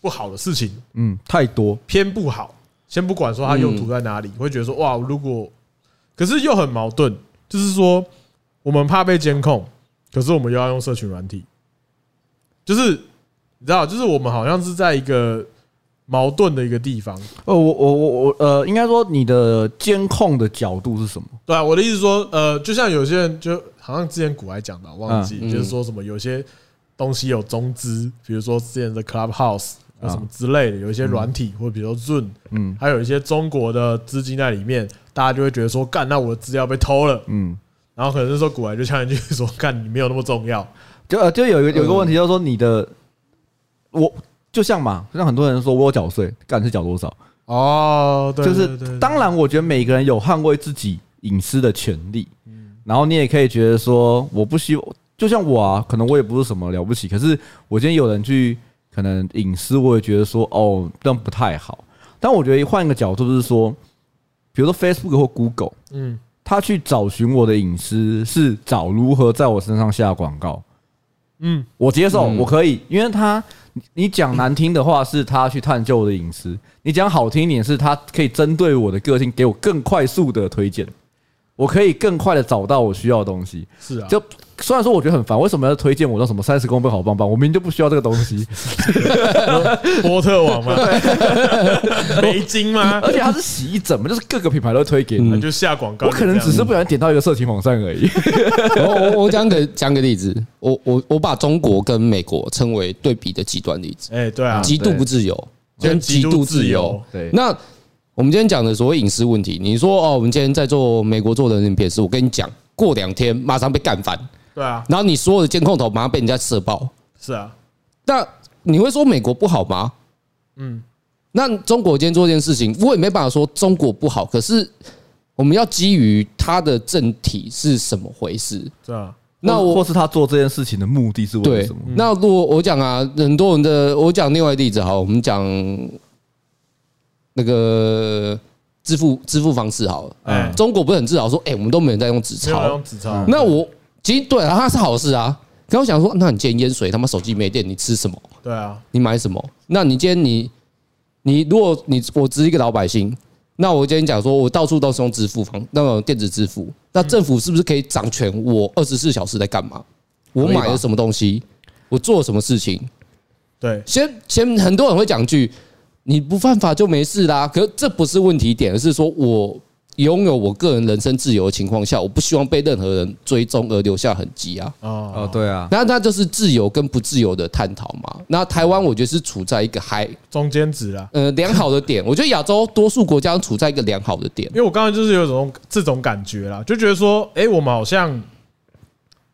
Speaker 1: 不好的事情。
Speaker 2: 嗯，太多，
Speaker 1: 偏不好。先不管说它用途在哪里，会觉得说哇，如果可是又很矛盾，就是说我们怕被监控，可是我们又要用社群软体，就是你知道，就是我们好像是在一个矛盾的一个地方。
Speaker 2: 呃，我我我我呃，应该说你的监控的角度是什么？
Speaker 1: 对啊，我的意思是说，呃，就像有些人就好像之前古埃讲的，忘记、
Speaker 3: 嗯
Speaker 1: 就是说什么有些东西有中资，比如说之前的 Clubhouse 啊什么之类的，有一些软体、或者比如说 Zoom，
Speaker 2: 嗯
Speaker 1: 还有一些中国的资金在里面，大家就会觉得说，干，那我的资料被偷了，
Speaker 2: 嗯，
Speaker 1: 然后可能是说古埃就呛一句说，干，你没有那么重要，
Speaker 2: 就呃，就有一个有一个
Speaker 3: 嗯
Speaker 2: 问题，就是说你的我就像嘛，就像很多人说我有缴税，干是缴多少？
Speaker 1: 哦，对，
Speaker 2: 就是当然，我觉得每个人有捍卫自己隐私的权利，
Speaker 1: 嗯
Speaker 2: 然后你也可以觉得说，我不希，就像我啊，可能我也不是什么了不起，可是我今天有人去可能隐私，我也觉得说，哦，这样不太好。但我觉得换一个角度是说，比如说 Facebook 或 Google，
Speaker 1: 嗯，
Speaker 2: 他去找寻我的隐私是找如何在我身上下广告。
Speaker 1: 嗯，
Speaker 2: 我接受，
Speaker 3: 嗯
Speaker 2: 我可以，因为他你你讲难听的话是他去探究我的隐私，你讲好听一点是他可以针对我的个性给我更快速的推荐，我可以更快的找到我需要的东西。
Speaker 1: 是啊，
Speaker 2: 就虽然说我觉得很烦，为什么要推荐我到什么三十公分好棒棒？我明明就不需要这个东 西，
Speaker 1: 波特网 嘛，北京嘛，
Speaker 2: 而且它是洗一整嘛，就是各个品牌都推给你。
Speaker 1: 那就下广告
Speaker 2: 我
Speaker 1: 就这
Speaker 2: 可
Speaker 1: 样，
Speaker 2: 能只是不小心点到一个色情网站而已。
Speaker 3: 我我我讲个讲个例子，我我我把中国跟美国称为对比的极端例子，
Speaker 1: 哎，对
Speaker 2: 嗯
Speaker 1: 啊，
Speaker 3: 极度不自由跟极度自由。
Speaker 2: 对，
Speaker 3: 那我们今天讲的所谓隐私问题，你说哦，我们今天在做美国做的人片是，我跟你讲，过两天马上被干翻，
Speaker 1: 对啊，
Speaker 3: 然后你所有的监控头马上被人家射爆，
Speaker 1: 是啊，
Speaker 3: 那你会说美国不好吗？
Speaker 1: 嗯，
Speaker 3: 那中国今天做这件事情，我也没办法说中国不好，可是我们要基于它的政体是什么回事。
Speaker 1: 是啊，
Speaker 3: 那
Speaker 2: 或
Speaker 3: 我
Speaker 2: 是他做这件事情的目的是为了
Speaker 3: 对
Speaker 2: 什么？，嗯
Speaker 3: 那如果我讲啊，很多人的我讲另外一个例子好，我们讲那个支付支付方式好了。
Speaker 1: 哎，
Speaker 3: 中国不是很自豪说，哎、我们都没人在用纸
Speaker 1: 没有人
Speaker 3: 钞
Speaker 1: 用。纸
Speaker 2: 嗯
Speaker 1: 钞，
Speaker 3: 嗯那我其实对啊，它是好事啊。可我想说，那你今天淹水，他妈手机没电，你吃什么？
Speaker 1: 对啊，
Speaker 3: 你买什么？那你今天你你如果你我只是一个老百姓，那我今天讲说我到处都是用支付方那种电子支付，那政府是不是可以掌权？我二十四小时在干嘛？我
Speaker 2: 可以吧
Speaker 3: 买了什么东西？我做了什么事情？
Speaker 1: 对，
Speaker 3: 先先很多人会讲一句，你不犯法就没事啦。可这不是问题点，而是说我拥有我个人人身自由的情况下，我不希望被任何人追踪而留下痕迹啊。
Speaker 2: 哦
Speaker 1: 哦，，
Speaker 2: 对啊，
Speaker 3: 那那就是自由跟不自由的探讨嘛。那台湾我觉得是处在一个还
Speaker 1: 中间值啦。
Speaker 3: 呃良好的点，我觉得亚洲多数国家处在一个良好的点
Speaker 1: 因。为我刚刚就是有种这种感觉啦，就觉得说，哎，我们好像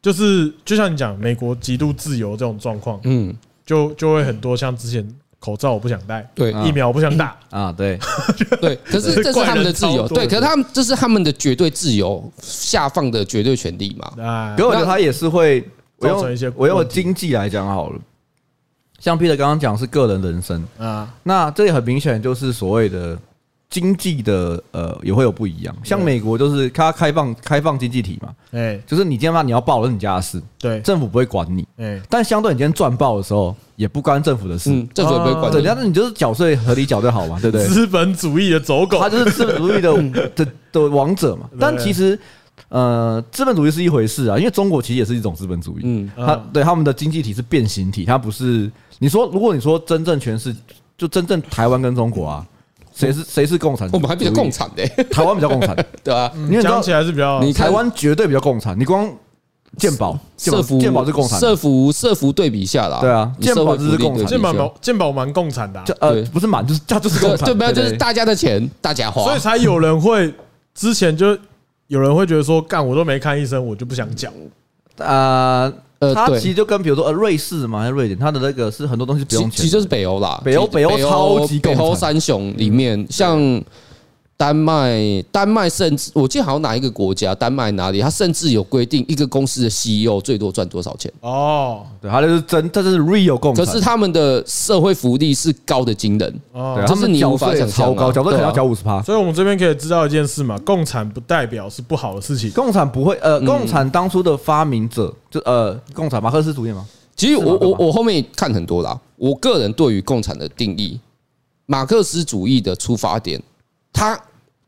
Speaker 1: 就是就像你讲，美国极度自由这种状况，
Speaker 3: 嗯，
Speaker 1: 就就会很多像之前口罩我不想戴，
Speaker 3: 对
Speaker 2: 啊
Speaker 1: 疫苗我不想打，
Speaker 2: 啊， 对，
Speaker 3: 对，可是这是他们的自由，
Speaker 1: 怪人超多的
Speaker 3: 对，可是他们这是他们的绝对自由下放的绝对权利嘛。
Speaker 1: 哎
Speaker 2: 可，我觉得他也是会，我
Speaker 1: 造成一些
Speaker 2: 用我用
Speaker 1: 问题
Speaker 2: 经济来讲好了，像 Peter 刚刚讲是个人人生，
Speaker 1: 啊，
Speaker 2: 那这也很明显就是所谓的经济的呃也会有不一样，像
Speaker 1: 对
Speaker 2: 美国就是它开放开放经济体嘛，
Speaker 1: 哎，
Speaker 2: 就是你今天嘛你要爆了你家的事，
Speaker 1: 对，
Speaker 2: 政府不会管你，
Speaker 1: 哎，
Speaker 2: 但相对你今天赚爆的时候也不关政府的事，
Speaker 3: 嗯，这种也不会管
Speaker 2: 对，
Speaker 3: 你。
Speaker 2: 但是你就是缴税合理缴就好嘛，对不对？
Speaker 1: 资本主义的走狗
Speaker 2: 他，就是资本主义的的的王者嘛。但其实，呃，资本主义是一回事啊，因为中国其实也是一种资本主义。
Speaker 3: 嗯，
Speaker 2: 他
Speaker 1: 嗯
Speaker 2: 对他们的经济体是变形体，它不是你说，如果你说真正全是就真正台湾跟中国啊，谁是谁是共产主
Speaker 3: 我
Speaker 2: 义？
Speaker 3: 们还比较共产的、
Speaker 2: 台湾比较共产，
Speaker 3: 对吧、
Speaker 1: 嗯
Speaker 2: 因为你知道
Speaker 1: 讲起来是比较
Speaker 3: 你看
Speaker 2: 台湾绝对比较共产。你光健保，健
Speaker 3: 社
Speaker 2: 保
Speaker 3: 服
Speaker 2: 健保是共产的，
Speaker 3: 社服社服对比下啦，
Speaker 2: 对啊
Speaker 3: 你社
Speaker 2: 健保
Speaker 3: 会
Speaker 2: 就是
Speaker 3: 福利
Speaker 2: 共
Speaker 3: 对
Speaker 2: 产
Speaker 3: 比
Speaker 1: 健保
Speaker 3: 下
Speaker 1: 蛮健保蛮共产的啊、
Speaker 2: 就呃
Speaker 3: 对
Speaker 2: 不是满就是它就是共产，
Speaker 3: 对，没有就是
Speaker 2: 对
Speaker 3: 大家的钱大家花，
Speaker 1: 所以才有人会之前就有人会觉得说，干我都没看医生，我就不想讲。
Speaker 2: 呃。
Speaker 3: 呃
Speaker 2: 它
Speaker 3: 对
Speaker 2: 其实就跟比如说呃瑞士嘛，还是瑞典，它的那个是很多东西不
Speaker 3: 其
Speaker 2: 用
Speaker 3: 其
Speaker 2: 钱
Speaker 3: 实，就是北欧啦，
Speaker 2: 北欧
Speaker 3: 其实
Speaker 2: 北欧超级
Speaker 3: 北
Speaker 2: 共
Speaker 3: 欧
Speaker 2: 产
Speaker 3: 三雄里面，像丹麦，丹麦甚至我记得好像哪一个国家，丹麦哪里，它甚至有规定一个公司的 CEO 最多赚多少钱，
Speaker 1: 哦
Speaker 2: 对，他就是真，这就是 real 共
Speaker 3: 可
Speaker 2: 产。
Speaker 3: 是他们的社会福利是高的惊人，
Speaker 2: 对
Speaker 1: 哦
Speaker 2: 啊，
Speaker 3: 这
Speaker 2: 他
Speaker 3: 是
Speaker 2: 们
Speaker 3: 你
Speaker 2: 缴
Speaker 3: 无法
Speaker 2: 税
Speaker 3: 想象
Speaker 2: 超
Speaker 3: 的
Speaker 2: 高，缴税可能要
Speaker 3: 对啊
Speaker 2: 缴五十趴。
Speaker 1: 所以我们这边可以知道一件事嘛，共产不代表是不好的事情。
Speaker 2: 共产不会，
Speaker 3: 嗯
Speaker 2: 呃，共产当初的发明者就呃，共产马克思主义嘛，
Speaker 3: 其实我
Speaker 2: 是吗
Speaker 3: 我我后面看很多啦，我个人对于共产的定义，马克思主义的出发点，他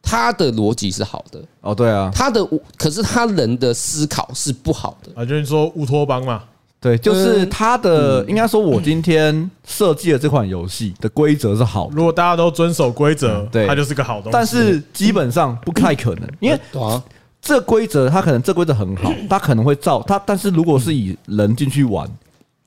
Speaker 3: 他的逻辑是好的，
Speaker 2: 哦，对啊，
Speaker 3: 他的可是他人的思考是不好的。
Speaker 1: 啊，就是说乌托邦嘛，
Speaker 2: 对，就是
Speaker 3: 嗯
Speaker 2: 它的，应该说，我今天设计的这款游戏的规则是好的，
Speaker 1: 如果大家都遵守规则，
Speaker 2: 对
Speaker 1: 它就是个好东西。
Speaker 2: 但是基本上不太可能，因为
Speaker 3: 对啊，
Speaker 2: 这规则它可能这规则很好，它可能会造它，但是如果是以人进去玩，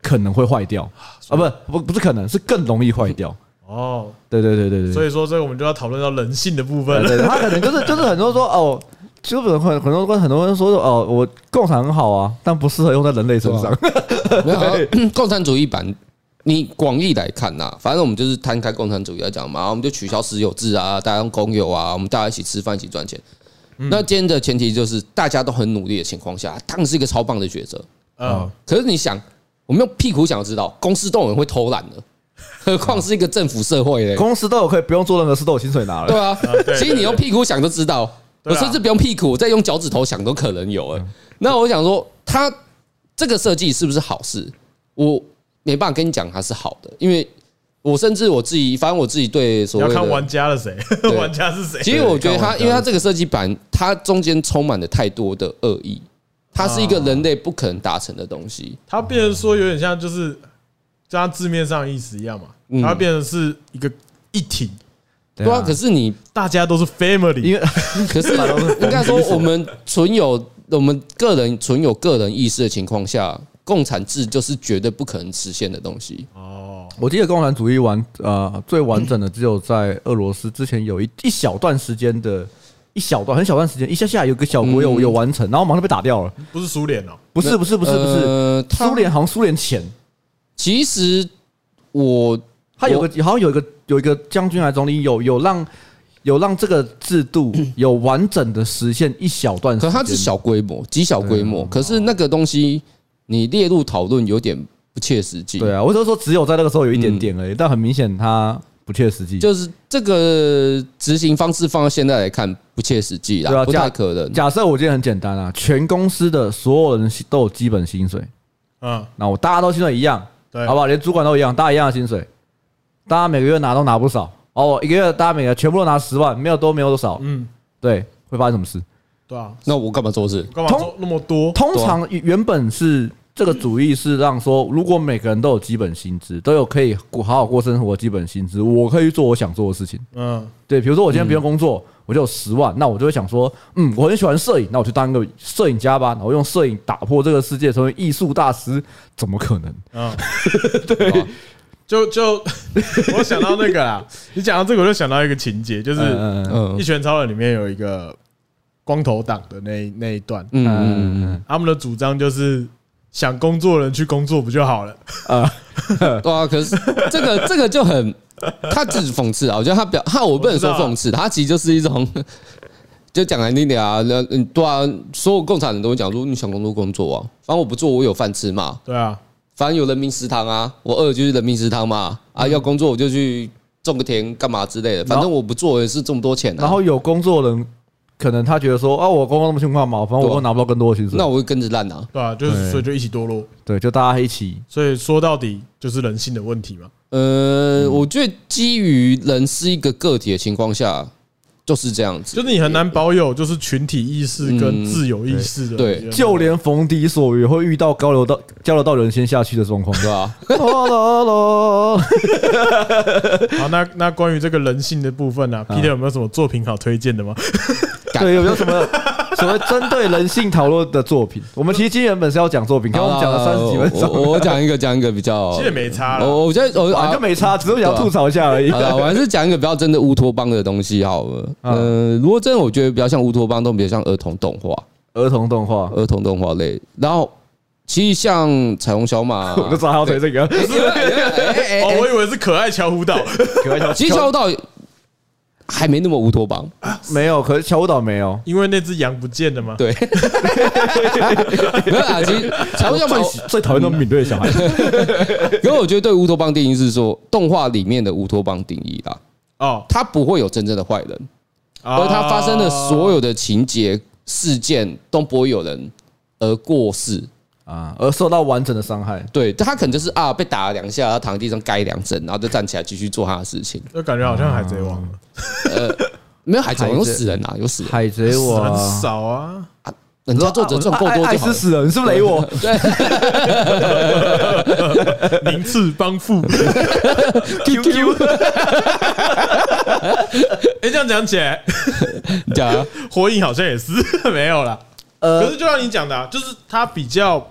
Speaker 2: 可能会坏掉啊，不不不是可能是更容易坏掉。
Speaker 1: 哦，
Speaker 2: 对对对对对，
Speaker 1: 所以说这个我们就要讨论到人性的部分了。
Speaker 2: 对对对，他可能就是就是很多说哦，就是很很多跟很多人说哦，我共产很好啊，但不适合用在人类身 上。
Speaker 3: 没有啊 共产主义版，你广义来看呐、反正我们就是摊开共产主义来讲嘛，我们就取消私有制啊，大家用公有啊，我们大家一起吃饭，一起赚钱。那今天的前提就是大家都很努力的情况下，当然是一个超棒的抉择。
Speaker 1: 嗯，
Speaker 3: 可是你想，我们用屁股想要知道，公司都有人会 偷懒的，何况是一个政府社会嘞？
Speaker 2: 公司都有可以不用做任何事都有薪水拿
Speaker 3: 对
Speaker 2: 了，
Speaker 3: 啊
Speaker 1: 哦对对，
Speaker 3: 其实你用屁股想就知道，
Speaker 1: 对
Speaker 3: 我
Speaker 1: 啊嗯
Speaker 3: 甚至不用屁股，我再用脚趾头想都可能有哎。那我想说，它这个设计是不是好事？我没办法跟你讲它是好的，因为我甚至我自己，反正我自己对
Speaker 1: 你
Speaker 3: 所
Speaker 1: 要
Speaker 3: 谓
Speaker 1: 看
Speaker 3: 的，
Speaker 1: 玩家的谁，
Speaker 3: 对
Speaker 1: 玩家是谁。
Speaker 3: 其实我觉得
Speaker 2: 看
Speaker 3: 它，
Speaker 2: 玩
Speaker 3: 因为它这个设计版，它中间充满了太多的恶意，它是一
Speaker 1: 啊
Speaker 3: 个人类不可能达成的东西。
Speaker 1: 它变成说有点像就是，就像字面上的意思一样嘛，
Speaker 3: 嗯
Speaker 1: 它变成是一个一体，
Speaker 3: 对啊，可
Speaker 2: 是
Speaker 3: 是你
Speaker 1: 大家都是 family，
Speaker 2: 因为
Speaker 3: 可是应该说，我们存有我们个人存有个人意识的情况下，共产制就是绝对不可能实现的东西。
Speaker 1: 哦，
Speaker 2: 我记得共产主义完呃最完整的只有在俄罗斯之前有一一小段时间的。一小段很小段时间，一下下有个小国有
Speaker 3: 嗯
Speaker 2: 有完成，然后马上被打掉了。
Speaker 1: 不是苏联哦，
Speaker 2: 不是不是不是不是，
Speaker 3: 呃，他
Speaker 2: 苏联好像苏联前，
Speaker 3: 其实我
Speaker 2: 他有个好像有一个有一个将军还是总理有有让有让这个制度有完整的实现一小段时
Speaker 3: 嗯可
Speaker 2: 间，
Speaker 3: 它是小规模，极小规模。
Speaker 2: 啊
Speaker 3: 可是那个东西你列入讨论有点不切实际。
Speaker 2: 对啊，我就说只有在那个时候有一点点而已，但很明显它不切实际。
Speaker 3: 嗯就是这个执行方式放到现在来看不切实际
Speaker 2: 对啊
Speaker 3: 啦，不
Speaker 2: 这样
Speaker 3: 太可能。
Speaker 2: 假设我今天很简单啊，全公司的所有人都有基本薪水，
Speaker 1: 嗯，
Speaker 2: 那我大家都薪水一样，
Speaker 1: 对
Speaker 2: 好不好？连主管都一样，大家一样的薪水，大家每个月拿都拿不少哦，一个月大家每个全部都拿十万，没有多没有多少，
Speaker 1: 嗯，
Speaker 2: 对，会发生什么事？
Speaker 1: 对啊，
Speaker 3: 那我干嘛做事？
Speaker 1: 干嘛
Speaker 2: 通
Speaker 1: 做那么多？
Speaker 2: 通常原本是这个主意是让说，如果每个人都有基本薪资，都有可以过好好过生活的基本薪资，我可以去做我想做的事情。
Speaker 1: 嗯，
Speaker 2: 对，比如说我今天不用工作，我就有十万，那我就会想说，嗯，我很喜欢摄影，那我去当个摄影家吧，然后用摄影打破这个世界，成为艺术大师，怎么可能？
Speaker 1: 嗯，对，就就 我想到那个啦，你讲到这个，我就想到一个情节，就是
Speaker 2: 嗯嗯
Speaker 1: 《
Speaker 3: 嗯
Speaker 1: 一拳超人》里面有一个光头党的那那一段，
Speaker 3: 嗯嗯嗯
Speaker 2: 嗯
Speaker 1: 他们的主张就是想工作的人去工作不就好了？
Speaker 3: 对啊，可是这 个这个就很，他只是讽刺啊，我觉得他表他我不能说
Speaker 2: 啊
Speaker 3: 讽刺，他其实就是一种， 就讲难听点啊，那嗯对啊，所有共产人都会讲说你想工作工作啊，反正我不做我有饭吃嘛，
Speaker 1: 对啊，
Speaker 3: 反正有人民食堂啊，我饿就是人民食堂嘛，啊要工作我就去种个田干嘛之类的，反
Speaker 2: 嗯然
Speaker 3: 正
Speaker 2: 后
Speaker 3: 我不做也是这么多钱啊，
Speaker 2: 然后有工作的人，可能他觉得说，啊，我工作那么辛苦干嘛？反正我都拿不到更多的薪水
Speaker 3: 那。我会跟着烂啊，
Speaker 1: 对啊，就是
Speaker 2: 对
Speaker 1: 所以就一起堕落。
Speaker 2: 对，就大家一起
Speaker 1: 所以说到底就是人性的问题嘛。
Speaker 2: 嗯
Speaker 3: 呃，我觉得基于人是一个个体的情况下就是这样子
Speaker 1: 就，是你很难保有就是群体意识跟自由意识的，
Speaker 3: 嗯对。
Speaker 1: 我觉得
Speaker 2: 就连逢低所也会遇到高流到交流到人先下去的状况
Speaker 3: 对吧？
Speaker 1: 好，那那关于这个人性的部分呢、啊、，Peter
Speaker 3: 嗯
Speaker 1: 有没有什么作品好推荐的吗？
Speaker 3: 干
Speaker 2: 对，有没有什 么什么针对人性讨论的作品？我们其实今天原本是要讲作品，可是我们讲了三十几分
Speaker 3: 我我
Speaker 2: 钟，
Speaker 3: 我讲一个，讲一个比较，
Speaker 1: 其实也没差哦了，
Speaker 3: 我我觉得我
Speaker 2: 啊，
Speaker 3: 啊
Speaker 2: 就。没差，只是想吐槽一下而已
Speaker 3: 好。了，我还是讲一个比较真的乌托邦的东西好了。呃，如果真的我觉得比较像乌托邦，都比较像儿童动画、
Speaker 2: 儿童动画，
Speaker 3: 儿童动画类。然后，其实像彩虹小 马，哎
Speaker 2: 我就知道他要推这个。
Speaker 1: 哦，我以为是可爱乔舞蹈，
Speaker 3: 其实小岛还没那么乌托邦，
Speaker 2: 没有，可是乔舞蹈没有。
Speaker 1: 因为那只羊不见了嘛。
Speaker 3: 对。 没有啊，其实彩虹小马
Speaker 2: 最，最讨厌那种敏锐的小 孩。
Speaker 3: 可是我觉得对乌托邦定义是说动画里面的乌托邦定义啦，
Speaker 1: 哦，
Speaker 3: 它不会有真正的坏人。
Speaker 1: 而
Speaker 3: 而它发生的所有的情节事件都不会有人而过世。
Speaker 2: 啊，而受到完整的伤害。
Speaker 3: 对他可能就是啊，被打了两下，他躺地上盖两针，然后就站起来继续做他的事情。
Speaker 1: 就感觉好像海贼王了，
Speaker 3: 没有海贼王
Speaker 2: 海
Speaker 3: 有
Speaker 2: 贼
Speaker 3: 死人啊，有死人
Speaker 2: 海贼
Speaker 1: 死
Speaker 2: 王
Speaker 1: 很少啊，
Speaker 3: 人家作者赚够多
Speaker 2: 爱
Speaker 3: 就
Speaker 2: 爱死
Speaker 3: 好了。
Speaker 2: 死人，是不是雷 我？
Speaker 1: 名次帮 副。
Speaker 2: QQ
Speaker 1: 哎，这样讲起来，
Speaker 3: 讲啊，
Speaker 1: 火影好像也是 没有啦。可
Speaker 2: 呃
Speaker 1: 是就像你讲的、啊，就是他比较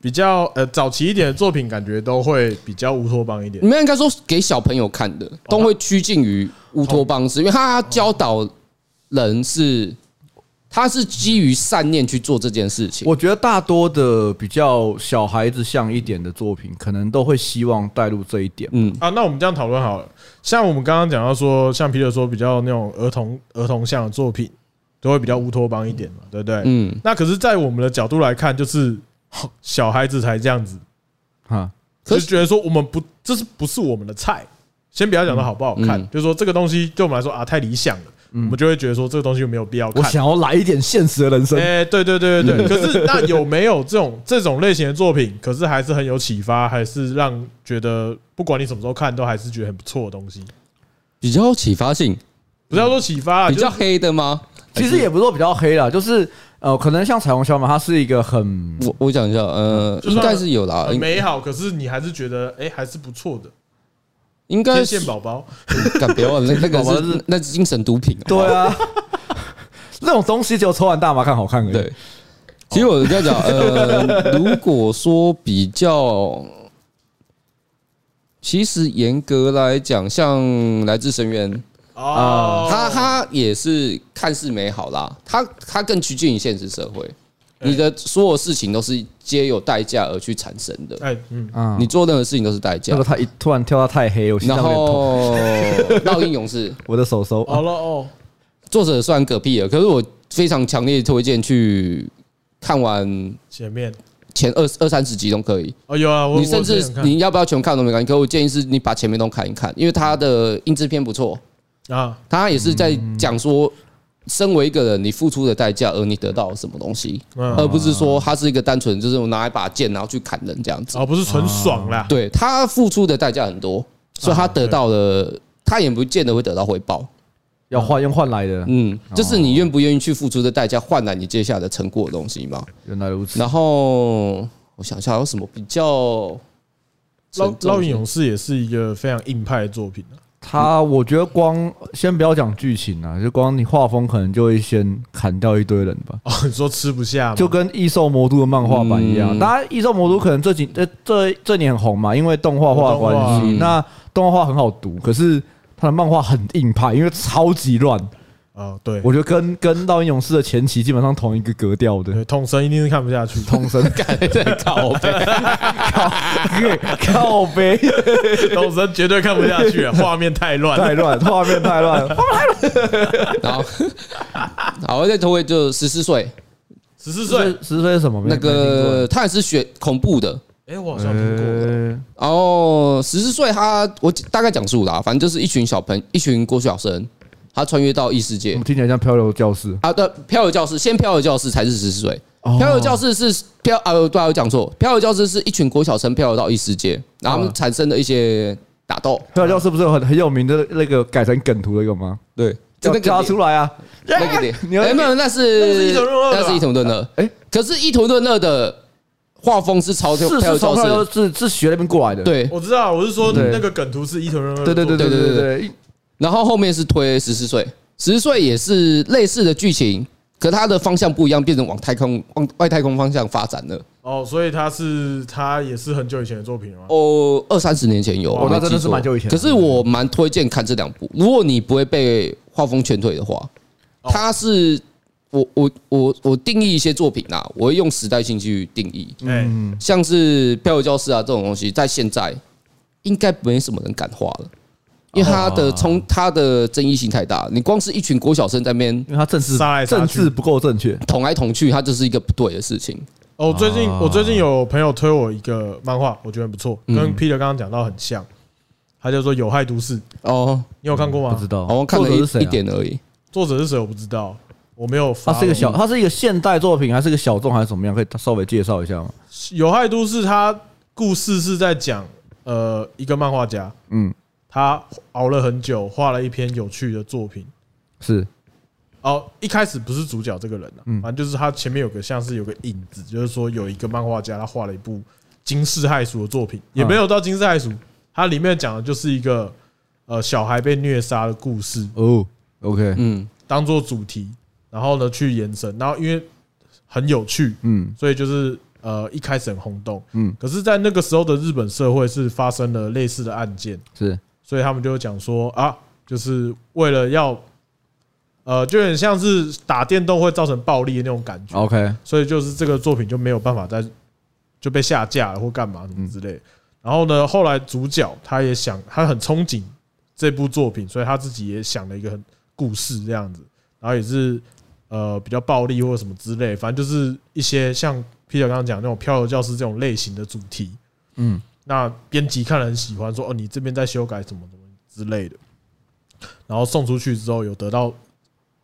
Speaker 1: 比较呃早期一点的作品，感觉都会比较乌托邦一点
Speaker 3: 你。们应该说给小朋友看的，都会趋近于乌托邦式，因为他教导人是，他是基于善念去做这件事情。
Speaker 2: 我觉得大多的比较小孩子像一点的作品，可能都会希望带入这一点。
Speaker 3: 嗯，
Speaker 1: 啊，那我们这样讨论好了。像我们刚刚讲到说，像皮特说比较那种儿童儿童向的作品，都会比较乌托邦一点嘛，对不对？
Speaker 3: 嗯
Speaker 1: 那可是，在我们的角度来看，就是 哼小孩子才这样子，
Speaker 2: 哈，
Speaker 1: 就
Speaker 3: 可
Speaker 1: 是觉得说我们不，这是不是我们的菜？先不要讲到好不好看，
Speaker 3: 嗯嗯
Speaker 1: 就是说这个东西对我们来说啊太理想了，我们就会觉得说这个东西没有必要
Speaker 2: 我
Speaker 1: 看。
Speaker 2: 想要来一点现实的人生。
Speaker 1: 哎、对对对对对。 可是那有没有这种这种类型的作品，可是还是很有启发，还是让觉得不管你什么时候看，都还是觉得很不错的东西？
Speaker 3: 比较有启发性，
Speaker 1: 不是要说启发啊，
Speaker 3: 比较
Speaker 1: 就是
Speaker 3: 黑的吗？
Speaker 2: 其
Speaker 3: 哎
Speaker 2: 实也不是说比较黑啦，就是呃，可能像彩虹小马，它是一个很
Speaker 3: 我我想一下，呃，
Speaker 1: 就算
Speaker 3: 应该是有啦，
Speaker 1: 很
Speaker 3: 应
Speaker 1: 美好，可是你还是觉得哎、还是不错的。
Speaker 3: 应该
Speaker 1: 天
Speaker 3: 是
Speaker 1: 线宝宝，
Speaker 3: 干别忘了，那那
Speaker 2: 宝宝
Speaker 3: 个
Speaker 2: 是
Speaker 3: 是那是精神毒品。
Speaker 2: 对啊， 那种东西只有抽完大麻看好看而已。
Speaker 3: 对，其实我这样讲，呃， 如果说比较，其实严格来讲，像《来自深渊》，
Speaker 1: 哦，
Speaker 3: 它它也是看似美好啦，它它更趋近于现实社会，你的所有事情都是皆有代价而去产生的，
Speaker 1: 哎、嗯，
Speaker 2: 啊，
Speaker 3: 你做任何事情都是代价
Speaker 2: 那个。太一突然跳到太黑，我心
Speaker 3: 然
Speaker 2: 脏有点痛，
Speaker 3: 后《烙印勇士》
Speaker 2: 我的手手。
Speaker 1: 好了哦，
Speaker 3: 作者虽然嗝屁了，可是我非常强烈推荐去看完
Speaker 1: 前面
Speaker 3: 前二二三十集都可以。
Speaker 1: 哦有啊，我
Speaker 3: 你甚
Speaker 1: 我
Speaker 3: 至
Speaker 1: 之前看
Speaker 3: 你要不要全看都没关系，可我建议是你把前面都看一看，因为他的音质片不错，
Speaker 1: 啊，
Speaker 3: 他也是在讲说，身为一个人，你付出的代价，而你得到了什么东西，
Speaker 1: 嗯，
Speaker 3: 而不是说他是一个单纯就是我拿一把剑然后去砍人这样子。
Speaker 1: 哦，不是纯爽啦，
Speaker 3: 对他付出的代价很多，所以他得到了，他也不见得会得到回报。
Speaker 2: 要换用换来的，
Speaker 3: 嗯，就是你愿不愿意去付出的代价，换来你接下来的成果的东西嘛。
Speaker 2: 原来如此。
Speaker 3: 然后我想一下，还有什么比较
Speaker 1: 烙
Speaker 3: 沉重
Speaker 1: 烙
Speaker 3: 的
Speaker 1: 印勇士也是一个非常硬派的作品啊
Speaker 2: 他我觉得光先不要讲剧情啊，就光你画风可能就会先砍掉一堆人吧，
Speaker 1: 哦，你说吃不下吗？
Speaker 2: 就跟《异兽魔都》的漫画版一样。
Speaker 3: 嗯
Speaker 2: 当然，《异兽魔都》可能这几这这这年很红嘛，因为动画化的关系
Speaker 3: 动画。
Speaker 2: 那动画化很好读，可是他的漫画很硬派，因为超级乱。
Speaker 1: 啊，对，
Speaker 2: 我觉得跟跟《烙印勇士》的前期基本上同一个格调的。
Speaker 1: 对，统神一定是看不下去，
Speaker 2: 通神
Speaker 3: 干这靠背，
Speaker 2: 靠背
Speaker 1: 统神绝对看不下 去啊，画面太乱
Speaker 2: 太
Speaker 1: 了。
Speaker 2: 乱，画面太乱。
Speaker 3: 然后 好，再头尾就十四岁，
Speaker 1: 十四
Speaker 2: 十
Speaker 1: 岁，
Speaker 2: 岁十岁是什么？没
Speaker 3: 那个他也是学恐怖的。
Speaker 1: 哎，我好
Speaker 2: 没
Speaker 1: 像听
Speaker 2: 听
Speaker 1: 过。
Speaker 2: 过呃
Speaker 3: 然后十四岁他，我大概讲述啦，反正就是一群小朋，一群国小生，他穿越到异世
Speaker 2: 我
Speaker 3: 界
Speaker 2: 们听起来像漂流教室。
Speaker 3: 啊。对，漂流教室，先漂流教室才是十四岁。呃
Speaker 2: 哦
Speaker 3: 漂流教室是漂啊，对啊，我讲错，漂流教室是一群国小生漂流到异世界，
Speaker 2: 啊
Speaker 3: 然后他们产生的一些打斗。
Speaker 2: 漂流教室不是有很很有名的那个改成梗图的一个吗？
Speaker 3: 对，
Speaker 2: 叫
Speaker 3: 就那个
Speaker 2: 叫他
Speaker 3: 脸
Speaker 2: 出来啊！
Speaker 3: 那个点，
Speaker 2: 你要
Speaker 3: 哎，没有，那
Speaker 1: 那是
Speaker 3: 是
Speaker 1: 伊藤润二吧
Speaker 3: 那是伊藤润二。
Speaker 2: 哎
Speaker 3: 哎，可是伊藤润二的画风是超
Speaker 2: 是
Speaker 3: 哦漂
Speaker 2: 是
Speaker 3: 流
Speaker 2: 从
Speaker 3: 教
Speaker 2: 漂流
Speaker 3: 室，
Speaker 2: 教室是学那边过来的。
Speaker 3: 对
Speaker 1: 我知道，我是说
Speaker 2: 对
Speaker 1: 那个梗图是伊藤润二。
Speaker 2: 对对对对对对对，
Speaker 3: 然后后面是推十四岁，十四岁也是类似的剧情，可它的方向不一样，变成往太空往外太空方向发展了。
Speaker 1: 哦，所以他是他也是很久以前的作品了吗？
Speaker 3: 哦，二三十年前有，
Speaker 1: 哇
Speaker 3: 我没
Speaker 2: 那真的
Speaker 3: 记
Speaker 2: 是
Speaker 3: 错
Speaker 2: 蛮久以前的
Speaker 3: 可是我蛮推荐看这两部，如果你不会被画风劝退的话，
Speaker 1: 哦
Speaker 3: 它是我我我我定义一些作品啊，我会用时代性去定义。
Speaker 1: 哎，
Speaker 2: 嗯
Speaker 3: 像是漂流教室啊这种东西，在现在应该没什么人敢画了，因为它
Speaker 2: 哦
Speaker 3: 的冲它的争议性太大。你光是一群国小生在那边
Speaker 2: 因为他政治
Speaker 1: 杀来杀
Speaker 2: 政
Speaker 1: 去
Speaker 2: 治不够正确。
Speaker 3: 捅来捅去，它就是一个不对的事情。
Speaker 1: 哦，最近
Speaker 2: 啊
Speaker 1: 我最近有朋友推我一个漫画，我觉得很不错，
Speaker 2: 嗯
Speaker 1: 跟 Peter 刚刚讲到很像。他就说《有害都市》，
Speaker 3: 哦，
Speaker 1: 你有看过
Speaker 2: 嗯不
Speaker 1: 吗
Speaker 2: 知？道，
Speaker 3: 我看了
Speaker 2: 作
Speaker 3: 一
Speaker 2: 者是谁啊
Speaker 3: 一。点而已。
Speaker 1: 作者是谁我不知道，我没有发
Speaker 2: 它
Speaker 1: 了。
Speaker 2: 是一个小，
Speaker 3: 嗯
Speaker 2: 它是一个现代作品，还是一个小众，还是怎么样？可以稍微介绍一下吗？
Speaker 1: 有害都市，它故事是在讲呃一个漫画家，
Speaker 2: 嗯，
Speaker 1: 他熬了很久，画了一篇有趣的作品，
Speaker 2: 是
Speaker 1: 哦，一开始不是主角这个人啊，反正就是他前面有个像是有个影子，就是说有一个漫画家他画了一部惊世骇俗的作品，也没有到惊世骇俗，它里面讲的就是一个呃小孩被虐杀的故事，
Speaker 2: 哦，OK，
Speaker 3: 嗯，
Speaker 1: 当做主题，然后呢去延伸，然后因为很有趣，
Speaker 2: 嗯
Speaker 1: 所以就是呃一开始很轰动，
Speaker 2: 嗯，
Speaker 1: 可是，在那个时候的日本社会是发生了类似的案件，
Speaker 2: 是，
Speaker 1: 所以他们就讲说啊，就是为了要，呃，就有点像是打电动会造成暴力的那种感觉，
Speaker 2: OK，
Speaker 1: 所以就是这个作品就没有办法再就被下架了或干嘛什么之类的。然后呢，后来主角他也想，他很憧憬这部作品，所以他自己也想了一个很故事这样子，然后也是呃比较暴力或者什么之类，反正就是一些像 Peter 刚刚讲那种漂流教师这种类型的主题。
Speaker 2: 嗯，
Speaker 1: 那编辑看了很喜欢，说哦你这边在修改什么什么之类的，然后送出去之后有得到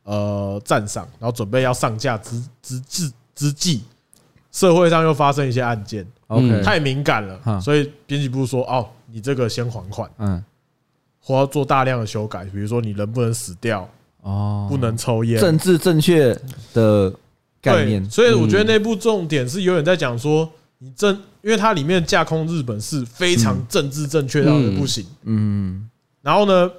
Speaker 1: 呃赞赏，然后准备要上架之之之之际，社会上又发生一些案件，
Speaker 2: OK，
Speaker 3: 对
Speaker 1: 太敏感
Speaker 2: 嗯
Speaker 1: 了，所以编辑部说哦你这个先缓缓，
Speaker 2: 嗯，
Speaker 1: 或要做大量的修改，比如说你人不能死掉，
Speaker 2: 哦，
Speaker 1: 不能抽烟，
Speaker 2: 政治正确的概
Speaker 1: 对，
Speaker 2: 念，嗯
Speaker 1: 所以我觉得那部重点是有点在讲说，你政，因为它里面架空日本是非常政治正确到的不行。
Speaker 2: 嗯，
Speaker 1: 然后呢，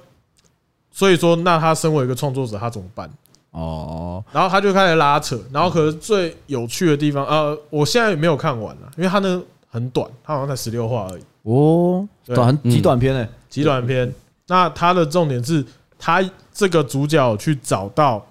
Speaker 1: 所以说那他身为一个创作者，他怎么办？
Speaker 2: 哦，
Speaker 1: 然后他就开始拉扯，然后可是最有趣的地方，呃，我现在也没有看完了，啊因为他那个很短，他好像才十六话而已，
Speaker 2: 哦，
Speaker 1: 对
Speaker 2: 短
Speaker 3: 嗯
Speaker 2: 极短篇诶，
Speaker 1: 极短篇。那他的重点是他这个主角去找到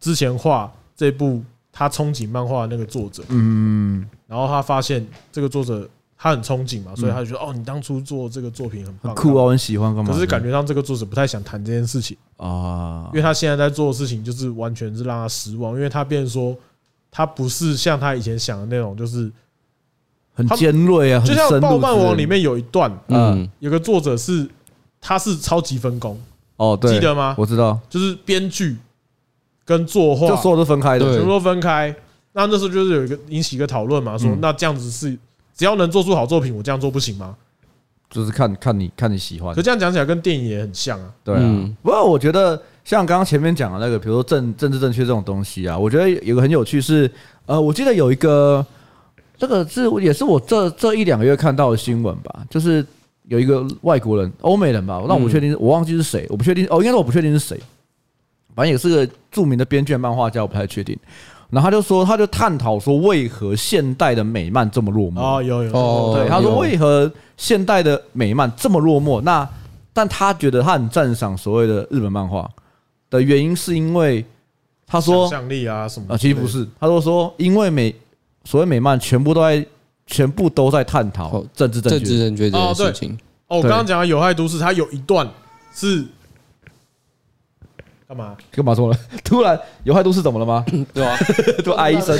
Speaker 1: 之前画这部他憧憬漫画的那个作者，
Speaker 2: 嗯，
Speaker 1: 然后他发现这个作者他很憧憬嘛，所以他就觉得哦，你当初做这个作品很棒，
Speaker 2: 嗯很酷哦，。我很喜欢干嘛？
Speaker 1: 可是感觉上这个作者不太想谈这件事情，
Speaker 2: 啊
Speaker 1: 因，为他现在在做的事情就是完全是让他失望，因为他变成说他不是像他以前想的那种，就是
Speaker 2: 很
Speaker 1: 他们
Speaker 2: 尖锐啊，
Speaker 1: 就
Speaker 2: 很
Speaker 1: 像
Speaker 2: 深
Speaker 1: 《爆
Speaker 2: 入
Speaker 1: 漫
Speaker 2: 之
Speaker 1: 王》
Speaker 2: 类
Speaker 1: 里面有一段，
Speaker 3: 嗯
Speaker 1: 有个作者是他是超级分工，
Speaker 2: 哦，对，
Speaker 1: 记得吗？
Speaker 2: 我知道，
Speaker 1: 就是编剧跟作画
Speaker 2: 就所有都分开的，
Speaker 3: 对
Speaker 1: 全部都分开。那那时候就是有一个引起一个讨论嘛，说
Speaker 2: 嗯
Speaker 1: 那这样子是只要能做出好作品，我这样做不行吗？
Speaker 2: 就是看看你看你喜欢
Speaker 1: 可，这样讲起来跟电影也很像啊。
Speaker 2: 对啊
Speaker 3: 嗯。
Speaker 2: 不过我觉得像刚刚前面讲的那个，比如说政政治正确这种东西啊，我觉得有个很有趣是，呃，我记得有一个这个是也是我这这一两个月看到的新闻吧，就是有一个外国人，欧美人吧，那我不确定，我忘记是谁，我不确定哦，应该说我不确定是谁，反正也是个著名的编剧和漫画家，我不太确定。然后他就说，他就探讨说，为何现代的美漫这么落寞？
Speaker 1: 哦，有有
Speaker 3: 哦
Speaker 2: 嗯对，
Speaker 1: 对，
Speaker 2: 他说
Speaker 3: 有
Speaker 2: 为何现代的美漫这么落寞？那但他觉得他很赞赏所谓的日本漫画的原因，是因为
Speaker 1: 他
Speaker 2: 他说
Speaker 1: 想象力啊什么
Speaker 2: 啊，其实不，是，他说说因为美所谓美漫全部都在全部都在探讨
Speaker 3: 哦
Speaker 2: 政治正
Speaker 3: 政治
Speaker 2: 确，
Speaker 3: 正确这件事情，
Speaker 1: 哦，我
Speaker 2: 对
Speaker 1: 刚刚讲的《有害都市》，它有一段是干 嘛？
Speaker 2: 干嘛说了？突然有害都市怎么了 吗？哎
Speaker 3: 对啊，
Speaker 2: 都哀一声，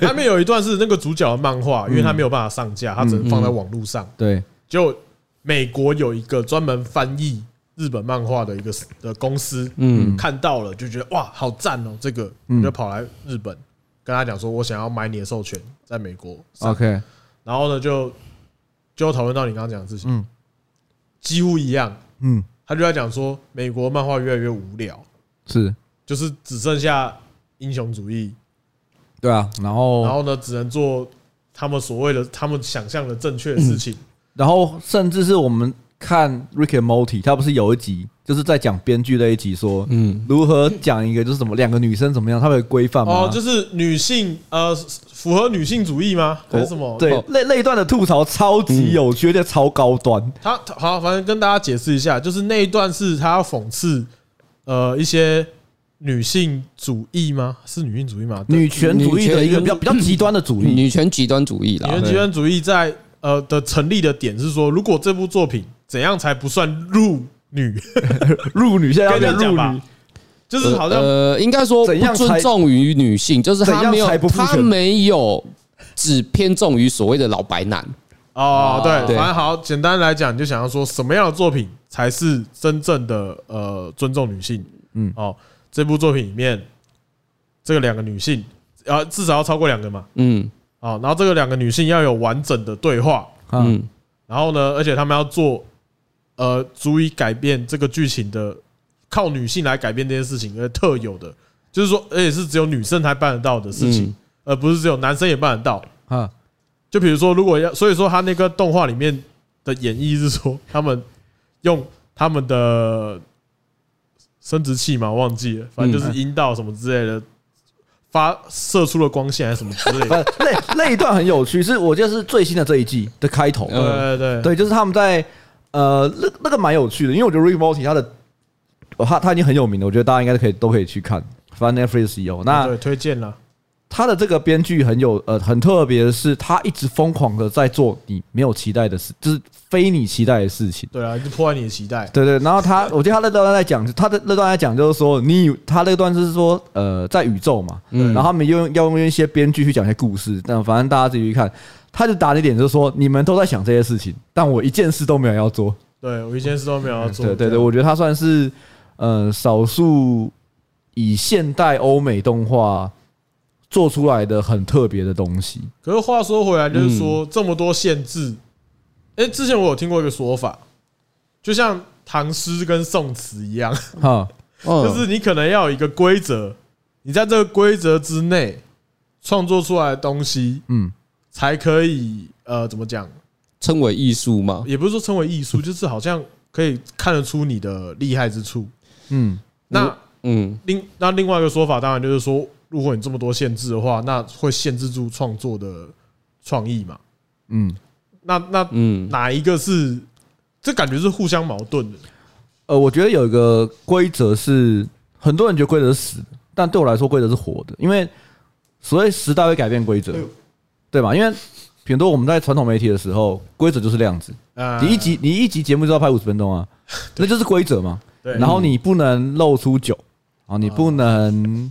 Speaker 1: 他们有一段是那个主角的漫画，因为他没有办法上架，他只能放
Speaker 2: 嗯
Speaker 1: 在网络上。
Speaker 2: 对，
Speaker 1: 就美国有一个专门翻译日本漫画的一个的公司，
Speaker 3: 嗯
Speaker 1: 看到了就觉得哇，好赞哦，这个
Speaker 2: 嗯
Speaker 1: 我就跑来日本跟他讲说，我想要买你的授权，在美国上
Speaker 2: OK，
Speaker 1: 然后呢，就就讨论到你刚刚讲的事情，
Speaker 2: 嗯
Speaker 1: 几乎一样。
Speaker 2: 嗯，
Speaker 1: 他就在讲说，美国漫画越来越无聊，
Speaker 2: 是
Speaker 1: 就是只剩下英雄主义，
Speaker 2: 对啊，然
Speaker 1: 然
Speaker 2: 后
Speaker 1: 后呢，只能做他们所谓的他们想象的正确的事情。
Speaker 2: 然后甚至是我们看 Rick and Morty，他不是有一集就是在讲编剧那一集说，
Speaker 3: 嗯，
Speaker 2: 如何讲一个就是怎么两个女生怎么样，她们的规范吗？
Speaker 1: 哦，就是女性呃，符合女性主义吗？还是什么？
Speaker 2: 对
Speaker 3: 哦
Speaker 2: 那那一段的吐槽超级有趣，而且超高端。
Speaker 1: 他他好，反正跟大家解释一下，就是那一段是他要讽刺呃一些女性主义吗？是女性主义吗？
Speaker 2: 女权主义的一个比较
Speaker 3: 嗯女权
Speaker 2: 比较极端的主义，
Speaker 3: 女权极端主义啦
Speaker 1: 女，权
Speaker 2: 对
Speaker 1: 极端主义在呃的成立的点是说，如果这部作品怎样才不算入女，
Speaker 2: 入女现在要
Speaker 1: 跟这
Speaker 2: 变
Speaker 1: 样讲
Speaker 2: 入
Speaker 1: 吧
Speaker 2: 女，
Speaker 1: 就是好像
Speaker 3: 呃，应该说
Speaker 2: 怎
Speaker 3: 不
Speaker 2: 样才
Speaker 3: 尊重于女性，就是
Speaker 2: 怎
Speaker 3: 他
Speaker 2: 样
Speaker 3: 没有
Speaker 2: 才不父权
Speaker 3: 他没有只偏重于所谓的老白男，
Speaker 1: 哦，对，
Speaker 3: 对
Speaker 1: 反正好，简单来讲，你就想要说什么样的作品才是真正的呃尊重女性？嗯
Speaker 2: 嗯，
Speaker 1: 哦，这部作品里面，这个两个女性，啊，至少要超过两个嘛，
Speaker 3: 嗯
Speaker 1: 哦，然后这个两个女性要有完整的对话，
Speaker 2: 嗯，
Speaker 3: 嗯
Speaker 1: 然后呢，而且她们要做呃足以改变这个剧情的，靠女性来改变这件事情而特有的就是说，而且是只有女生才办得到的事情
Speaker 3: 嗯，
Speaker 1: 而不是只有男生也办得到。
Speaker 2: 啊，
Speaker 1: 就比如说，如果要，所以说他那个动画里面的演绎是说，他们用他们的生殖器嘛，忘记
Speaker 2: 嗯
Speaker 1: 了，反正就是阴道什么之类的，发射出了光线还是什么之类的。
Speaker 2: 反正呃那那一段很有趣，是我记得是最新的这一季的开头，
Speaker 3: 嗯
Speaker 1: 对对对，
Speaker 2: 哎对，就是他们在呃，那那个蛮有趣的，因为我觉得 Rick Morty 他的哦他他已经很有名了，我觉得大家应该可以都可以去看，反正 Netflix 有。那
Speaker 1: 对推荐了，
Speaker 2: 他的这个编剧很有呃很特别的是，他一直疯狂的在做你没有期待的事，就是非你期待的事情。
Speaker 1: 对啊，就破坏你的期待。
Speaker 2: 对对，然 后他，我记得他那段在讲，他的那段在讲就是说，你以他那段是说，呃，在宇宙嘛，
Speaker 3: 嗯
Speaker 2: 然后他们用要用一些编剧去讲一些故事，但反正大家自己去看。他就打了一点，就是说你们都在想这些事情，但我一件事都没有要做。
Speaker 1: 对我一件事都没有要做。
Speaker 2: 对嗯对
Speaker 1: 这
Speaker 2: 对，
Speaker 1: 样
Speaker 2: 我觉得他算是呃少数以现代欧美动画做出来的很特别的东西。
Speaker 1: 可是话说回来，就是说这么多限制，哎，之前我有听过一个说法，就像唐诗跟宋词一样，
Speaker 2: 哈，
Speaker 3: 嗯
Speaker 1: 就是你可能要有一个规则，你在这个规则之内创作出来的东西，
Speaker 2: 嗯，
Speaker 1: 才可以呃，怎么讲？
Speaker 3: 称为艺术
Speaker 2: 哦
Speaker 3: 嘛。
Speaker 1: 也不是说称为艺术，就是好像可以看得出你的厉害之处。
Speaker 2: 嗯，
Speaker 1: 那
Speaker 3: 嗯，
Speaker 1: 另那另外一个说法，当然就是说，如果你这么多限制的话，那会限制住创作的创意嘛？
Speaker 2: 嗯，
Speaker 1: 那那
Speaker 3: 嗯
Speaker 1: 哪一个是？这感觉是互相矛盾的。
Speaker 2: 呃，我觉得有一个规则是很多人觉得规则是死的，但对我来说规则是活的，因为所谓时代会改变规则，对吧？因为比如说我们在传统媒体的时候，规则就是量子，
Speaker 1: 呃
Speaker 2: 你一集你一集节目就要拍五十分钟 啊，那就是规则嘛。
Speaker 1: 对
Speaker 2: 然后你不能露出酒啊，你不
Speaker 1: 啊
Speaker 2: 能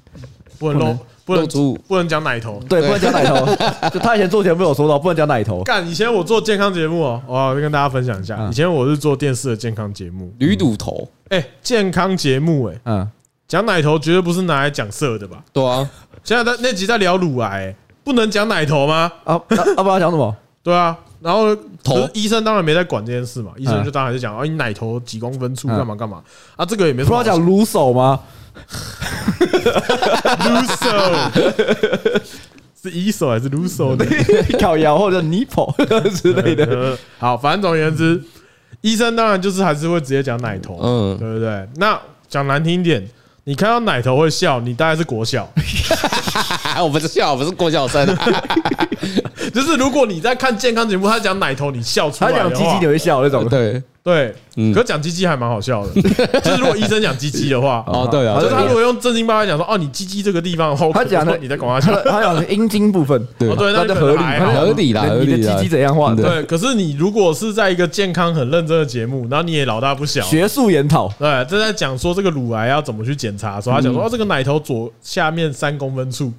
Speaker 1: 不能露，不
Speaker 3: 露
Speaker 1: 能
Speaker 3: 出
Speaker 1: 不能讲奶头。
Speaker 2: 对，不能讲奶头。就他以前做节目有说到，不能讲 奶头。
Speaker 1: 干，以前我做健康节目哦，我跟大家分享一下，
Speaker 2: 嗯
Speaker 1: 以前我是做电视的健康节目，
Speaker 3: 驴乳头，
Speaker 1: 哎，健康节目，哎，
Speaker 2: 嗯，
Speaker 1: 讲奶头绝对不是拿来讲色的吧？
Speaker 3: 对啊，
Speaker 1: 现在在那集在聊乳癌、哎不能讲奶头吗？
Speaker 2: 啊，要要不然要讲什么？
Speaker 1: 对啊，然后
Speaker 3: 头
Speaker 1: 可是医生当然没在管这件事嘛，医生
Speaker 2: 嗯
Speaker 1: 就当然就讲，哦，你奶头几公分粗，
Speaker 2: 嗯
Speaker 1: 干嘛干嘛啊，这个也没什
Speaker 2: 不是
Speaker 1: 么好
Speaker 2: 要讲撸手吗？
Speaker 1: Luso，是 Eso 还是 Luso 呢？
Speaker 2: 烤窑或者尼跑 之类的。
Speaker 1: 呃 好，反正总而言之，医生当然就是还是会直接讲奶头，
Speaker 3: 嗯
Speaker 1: 对不对？那讲难听一点，你看到奶头会笑，你大概是国 小。
Speaker 3: 啊，我不是笑，我不是郭晓生 啊，
Speaker 1: 就是如果你在看健康节目，他讲奶头，你笑出
Speaker 2: 他
Speaker 1: 来的话，
Speaker 2: 讲鸡鸡你会笑那种。
Speaker 3: 对，
Speaker 1: 对，
Speaker 3: 嗯
Speaker 1: 可是讲鸡鸡还蛮好 笑的。就是如果医生讲鸡鸡的话，
Speaker 3: 哦对啊
Speaker 2: 他
Speaker 1: 就是他
Speaker 3: 对
Speaker 1: 如果用正经八百讲说，哦，你鸡鸡这个地方的话，我
Speaker 2: 他讲
Speaker 1: 可
Speaker 2: 的
Speaker 1: 能说你在广告
Speaker 2: 他
Speaker 1: 笑。
Speaker 2: 的他讲的阴茎部分，
Speaker 3: 对
Speaker 1: 哦，对，那
Speaker 2: 那就
Speaker 1: 就
Speaker 2: 合理，
Speaker 1: 还
Speaker 2: 他
Speaker 1: 好
Speaker 2: 讲
Speaker 3: 合理啦
Speaker 2: 你
Speaker 3: 合理
Speaker 2: 你
Speaker 3: 啦
Speaker 2: 的鸡鸡怎样画的？
Speaker 1: 对，可是你如果是在一个健康很认真的节目，然后你也老大不小，
Speaker 2: 学术研讨。
Speaker 1: 对，正在讲说这个乳癌要怎么去检查的时候，他讲说
Speaker 3: 嗯
Speaker 1: 哦，这个奶头左下面三公分处，哦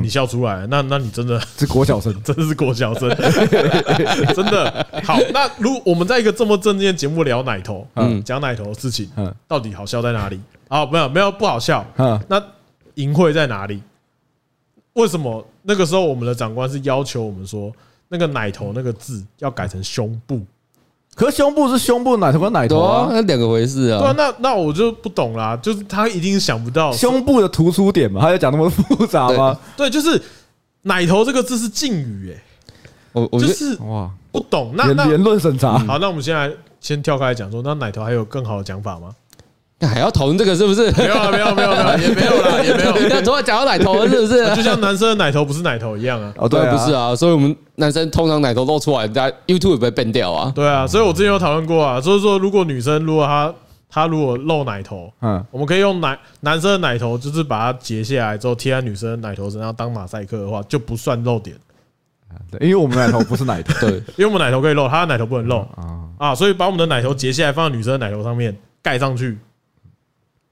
Speaker 1: 你笑出来了，那那你真的
Speaker 2: 是国小生，
Speaker 1: 真的是郭晓生，真的好。那如果我们在一个这么正经的节目聊奶头，嗯，
Speaker 3: 嗯
Speaker 1: 讲奶头的事情，
Speaker 2: 嗯
Speaker 1: 到底好笑在哪里？啊，没有没有不好笑，
Speaker 2: 嗯
Speaker 1: 那淫秽在哪里？为什么那个时候我们的长官是要求我们说那个奶头那个字要改成胸部？
Speaker 2: 可是胸部是胸部，奶头跟奶
Speaker 3: 对
Speaker 2: 头
Speaker 3: 啊，
Speaker 2: 啊，
Speaker 3: 那两个回事
Speaker 1: 对啊
Speaker 3: 啊，，
Speaker 1: 那那我就不懂啦，就是他一定想不到
Speaker 2: 胸部的突出点嘛，他要讲那么复杂吗？
Speaker 1: 对，就是奶头这个字是禁语，哎，
Speaker 3: 我我
Speaker 1: 就
Speaker 3: 觉得
Speaker 1: 是
Speaker 2: 哇，
Speaker 1: 不懂。那
Speaker 2: 言
Speaker 1: 那嗯
Speaker 2: 言论审查，
Speaker 1: 好，那我们现在先跳开来讲说，那奶头还有更好的讲法吗？
Speaker 3: 还要讨论这个是不是？
Speaker 1: 没有啊，没有，没有，没有，也没有啊啦，也没 有。
Speaker 3: 那昨晚讲到奶头了是不是？
Speaker 1: 就像男生的奶头不是奶头一样啊。
Speaker 2: 哦，
Speaker 3: 对
Speaker 2: 对
Speaker 3: 啊，
Speaker 2: 啊，
Speaker 3: 不是啊，所以我们男生通常奶头露出来，大家 YouTube 也被 ban 掉啊。
Speaker 1: 对啊，所以我之前有讨论过啊，就是说，如果女生如果她她如果露奶头，
Speaker 2: 嗯，
Speaker 1: 我们可以用奶男生的奶头，就是把它截下来之后贴在女生的奶头身上当马赛克的话，就不算露点，
Speaker 2: 对因为我们奶头不是奶头
Speaker 3: 对，
Speaker 1: 因为我们奶头可以露，她的奶头不能露
Speaker 2: 啊，
Speaker 3: 嗯
Speaker 1: 啊，所以把我们的奶头截下来放在女生的奶头上面盖上去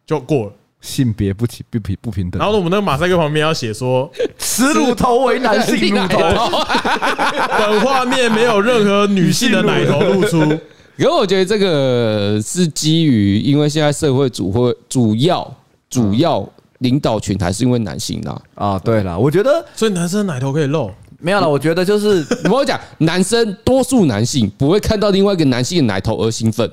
Speaker 1: 就过了。
Speaker 2: 性别不平不平不平等
Speaker 1: 然。后我们那个马赛克旁边要写说，
Speaker 2: 耻乳头为男 性乳头，
Speaker 3: 啊
Speaker 1: 本画面没有任何女性的奶头露出。
Speaker 3: 可是我觉得这个是基于，因为现在社会主会主要主要领导群还是因为男性啦、
Speaker 2: 啊，对了，我觉得
Speaker 1: 所以男生的奶头可以露，
Speaker 2: 没有了，我觉得就是
Speaker 3: 我跟我讲，男生多数男性不会看到另外一个男性的奶头而兴奋，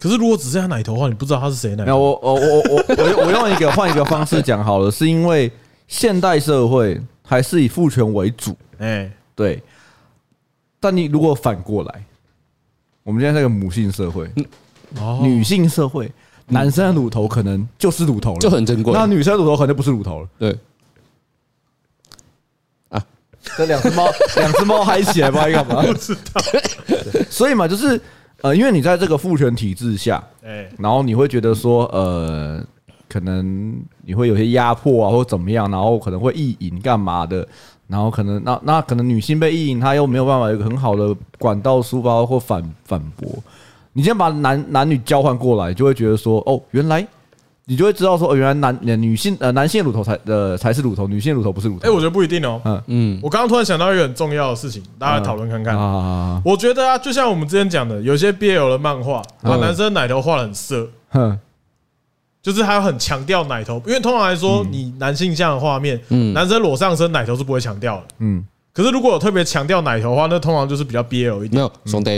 Speaker 1: 可是如果只剩下奶头的话，你不知道他是谁奶
Speaker 2: 没有，
Speaker 1: 头。
Speaker 2: 我我我我我我用一个换一个方式讲好了，是因为现代社会还是以父权为主，
Speaker 1: 哎，
Speaker 2: 对。但你如果反过来，我们现在是个母性社会、
Speaker 1: 哦，
Speaker 2: 女性社会，男生的乳头可能就是乳头了，
Speaker 3: 就很珍贵。
Speaker 2: 那女生的乳头可能就不是乳头了。
Speaker 3: 对，
Speaker 2: 这两只猫，两只猫嗨起来，不知道在干嘛。
Speaker 1: 知道。
Speaker 2: 所以嘛，就是呃，因为你在这个父权体制下，
Speaker 1: 哎，
Speaker 2: 然后你会觉得说，呃，可能你会有些压迫啊，或怎么样，然后可能会意淫干嘛的，然后可能那那可能女性被意淫，她又没有办法有一个很好的管道抒发或反反驳。你先把男男女交换过来，就会觉得说，哦，原来你就会知道说，哦，原来男呃女性呃男性的乳头才呃才是乳头，女性的乳头不是乳头。
Speaker 1: 哎，我觉得不一定哦。
Speaker 3: 嗯，
Speaker 1: 我刚刚突然想到一个很重要的事情，大家来讨论看看。
Speaker 2: 啊，
Speaker 1: 我觉得啊，就像我们之前讲的，有些 BL 的漫画
Speaker 3: 嗯
Speaker 1: 把男生奶头画的很色，
Speaker 2: 哼，
Speaker 1: 就是他很强调奶头，因为通常来说，你男性向的画面，
Speaker 3: 嗯
Speaker 1: 男生裸上身奶头是不会强调的。
Speaker 2: 嗯，
Speaker 1: 可是如果有特别强调奶头的话，那通常就是比较 BL 一点。
Speaker 3: 没有兄弟，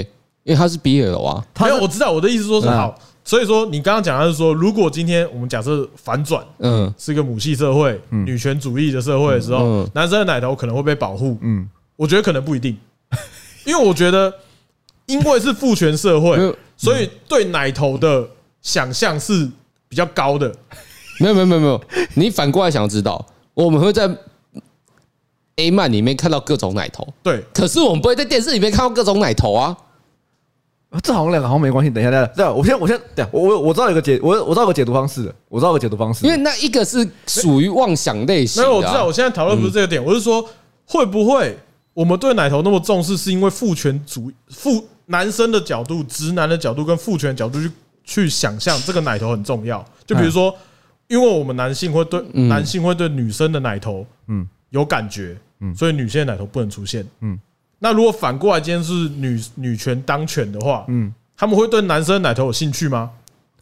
Speaker 3: 因为他是 BL 啊，
Speaker 1: 没有，我知道我的意思说是
Speaker 2: 嗯
Speaker 1: 好，所以说你刚刚讲的是说，如果今天我们假设反转
Speaker 3: 嗯，
Speaker 1: 是一个母系社会、女权主义的社会的时候
Speaker 3: 嗯，
Speaker 1: 男生的奶头可能会被保护，
Speaker 2: 嗯，
Speaker 1: 我觉得可能不一定，因为我觉得，因为是父权社会
Speaker 3: 没有，
Speaker 1: 所以对奶头的想象是比较高的。
Speaker 3: 没有没有没有没有，你反过来想要知道，我们会在 A 漫里面看到各种奶头，
Speaker 1: 对，
Speaker 3: 可是我们不会在电视里面看到各种奶头啊。
Speaker 2: 啊 这好像两个好像没关系。等一下，等一下，等一下，我先，我先，等一下，我我我知道有个解，我我知道有个解读方式了，我知道有个解读方式，
Speaker 3: 因为那一个是属于妄想类型
Speaker 1: 没
Speaker 3: 的、啊，
Speaker 1: 有我知道，我现在讨论不是这个点，我是说会不会我们对奶头那么重视，是因为父权主义、父男生的角度、直男的角度跟父权的角度去去想象这个奶头很重要。就比如说，因为我们男性会对
Speaker 3: 嗯
Speaker 1: 男性会对女生的奶头，
Speaker 2: 嗯
Speaker 1: 嗯，有感觉，嗯，所以女性的奶头不能出现，
Speaker 2: 嗯
Speaker 1: 嗯。那如果反过来，今天是女女权当权的话，
Speaker 2: 嗯
Speaker 1: 嗯，他们会对男生的奶头有兴趣吗？